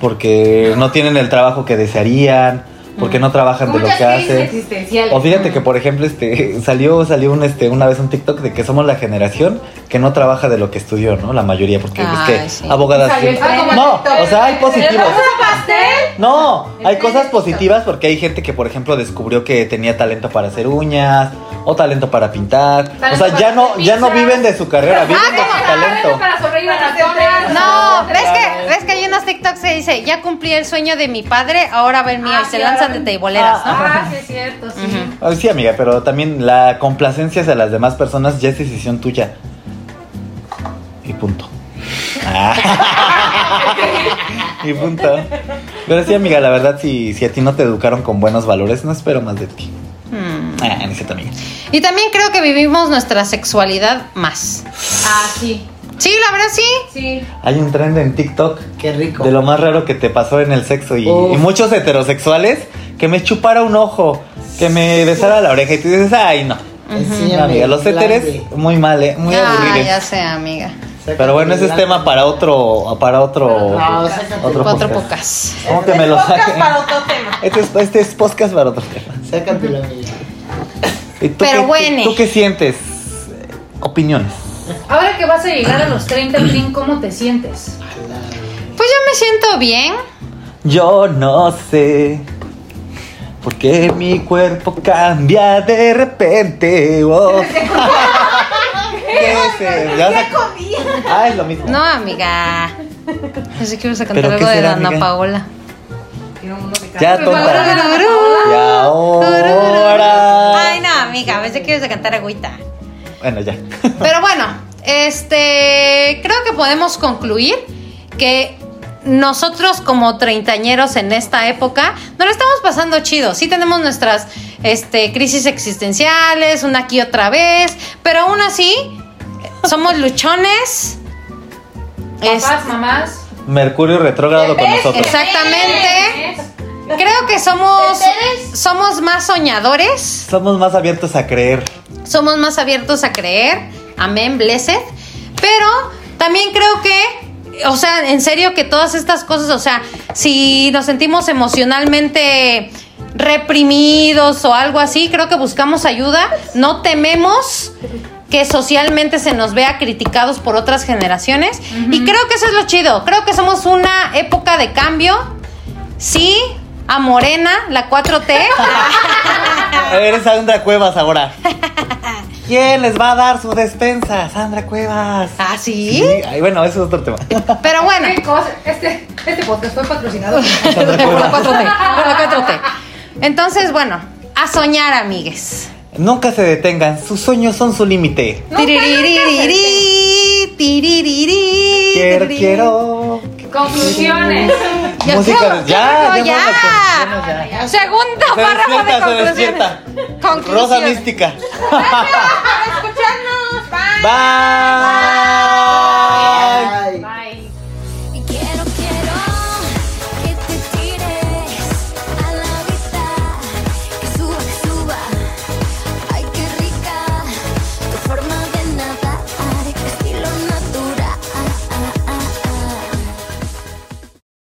Speaker 2: porque no tienen el trabajo que desearían, porque no trabajan de lo
Speaker 3: Muchas
Speaker 2: que
Speaker 3: crisis
Speaker 2: hacen.
Speaker 3: existenciales.
Speaker 2: O fíjate que por ejemplo este salió salió un este una vez un TikTok de que somos la generación que no trabaja de lo que estudió, ¿no? La mayoría porque es
Speaker 6: Ay,
Speaker 2: que
Speaker 6: sí.
Speaker 2: abogadas
Speaker 4: Salió el
Speaker 2: siempre-
Speaker 4: tren del
Speaker 2: No,
Speaker 4: TikTok.
Speaker 2: o sea, hay positivos.
Speaker 4: pastel?
Speaker 2: No, hay cosas positivas porque hay gente que, por ejemplo, descubrió que tenía talento para hacer uñas o talento para pintar.
Speaker 3: Talento
Speaker 2: o sea, ya
Speaker 3: para
Speaker 2: no,
Speaker 3: hacer
Speaker 2: ya no
Speaker 3: pizzas.
Speaker 2: viven de su carrera, viven de su talento.
Speaker 3: Para sonreír a las donas.
Speaker 6: No, ves que, ves que hay unos TikToks que dice, ya cumplí el sueño de mi padre, ahora va el mío,
Speaker 3: Ah,
Speaker 6: y se
Speaker 3: sí,
Speaker 6: lanzan
Speaker 3: ahora
Speaker 6: de
Speaker 3: ven.
Speaker 6: teiboleras, ¿no?
Speaker 3: Ah, sí, es cierto, sí.
Speaker 2: Ah, Sí, amiga, pero también la complacencia hacia las demás personas ya es decisión tuya. Y punto. Ah. y punto. Pero sí, amiga, la verdad, si, si a ti no te educaron con buenos valores, no espero más de ti.
Speaker 7: Hmm.
Speaker 2: Ah, en ese también.
Speaker 6: Y también creo que vivimos nuestra sexualidad más.
Speaker 3: Ah, sí.
Speaker 6: Sí, la verdad sí.
Speaker 3: Sí.
Speaker 2: Hay un trend en TikTok
Speaker 7: Qué rico.
Speaker 2: De lo más raro que te pasó en el sexo y,
Speaker 7: Uf.
Speaker 2: y muchos heterosexuales que me chupara un ojo, que me besara la oreja y tú dices, ay no.
Speaker 7: Enséñame
Speaker 2: No, amiga, los
Speaker 7: el
Speaker 2: éteres
Speaker 7: glande.
Speaker 2: muy mal, eh, muy
Speaker 6: Ah,
Speaker 2: aburridos.
Speaker 6: ya sé, amiga.
Speaker 7: Sácame
Speaker 2: Pero bueno,
Speaker 7: el
Speaker 2: ese es
Speaker 7: glande.
Speaker 2: tema para otro, para otro,
Speaker 7: No, sácate,
Speaker 2: otro
Speaker 6: Cuatro
Speaker 2: podcast.
Speaker 6: pocas.
Speaker 2: ¿Cómo que me lo
Speaker 4: Podcast
Speaker 2: saquen?
Speaker 4: para otro tema.
Speaker 2: Este es, este es podcast para otro tema.
Speaker 7: sácate la amiga.
Speaker 2: ¿Y tú
Speaker 6: Pero
Speaker 2: qué-
Speaker 6: bueno.
Speaker 2: ¿Tú qué sientes? Opiniones.
Speaker 3: Ahora que vas a llegar a los 30, Clint, ¿cómo te sientes?
Speaker 6: Pues yo me siento bien.
Speaker 2: Yo no sé. Porque mi cuerpo cambia de repente. Oh. ¿Qué se- ya se- Ah, es lo mismo.
Speaker 6: No, amiga. Yo sí quiero cantar
Speaker 2: ¿Pero
Speaker 6: algo
Speaker 2: qué
Speaker 6: de
Speaker 2: será,
Speaker 6: Ana
Speaker 2: amiga?
Speaker 6: Paola.
Speaker 2: Ya tonta. Y ahora.
Speaker 6: Ay, no, amiga, a veces quiero cantar agüita.
Speaker 2: Bueno, ya.
Speaker 6: Pero bueno, este, creo que podemos concluir que nosotros como treintañeros en esta época nos lo estamos pasando chido. Sí tenemos nuestras este, crisis existenciales, una aquí otra vez, pero aún así somos luchones. Es-
Speaker 3: Papás, mamás.
Speaker 2: Mercurio retrógrado con nosotros.
Speaker 6: exactamente. Creo que somos, somos más soñadores.
Speaker 2: Somos más abiertos a creer.
Speaker 6: somos más abiertos a creer. Amén, blessed. Pero también creo que, o sea, en serio que todas estas cosas, o sea, si nos sentimos emocionalmente reprimidos o algo así, creo que buscamos ayuda, no tememos que socialmente se nos vea criticados por otras generaciones. Y creo que eso es lo chido, creo que somos una época de cambio, sí, a Morena, la 4T.
Speaker 2: Eres Sandra Cuevas ahora. ¿Quién les va a dar su despensa? Sandra Cuevas.
Speaker 6: ¿Ah, sí?
Speaker 2: ay, bueno, ese es otro tema.
Speaker 6: Pero bueno.
Speaker 3: ¿Qué cosa? Este, este podcast fue patrocinado.
Speaker 6: por
Speaker 2: Sandra
Speaker 6: la
Speaker 2: Cuevas.
Speaker 6: 4T, por la 4T. Entonces, bueno, a soñar, amigues.
Speaker 2: Nunca se detengan, sus sueños son su límite.
Speaker 6: Tiriririrí, tiririrí,
Speaker 2: Quiero,
Speaker 6: tiririrí.
Speaker 2: quiero.
Speaker 3: Conclusiones.
Speaker 6: Yo
Speaker 2: Música-
Speaker 6: quiero, yo
Speaker 2: ya,
Speaker 6: quiero,
Speaker 2: ya,
Speaker 6: ya. Segundo
Speaker 2: Se
Speaker 6: párrafo de
Speaker 2: despierta, se despierta.
Speaker 6: conclusiones. Conclusiones.
Speaker 2: Rosa mística. Bye.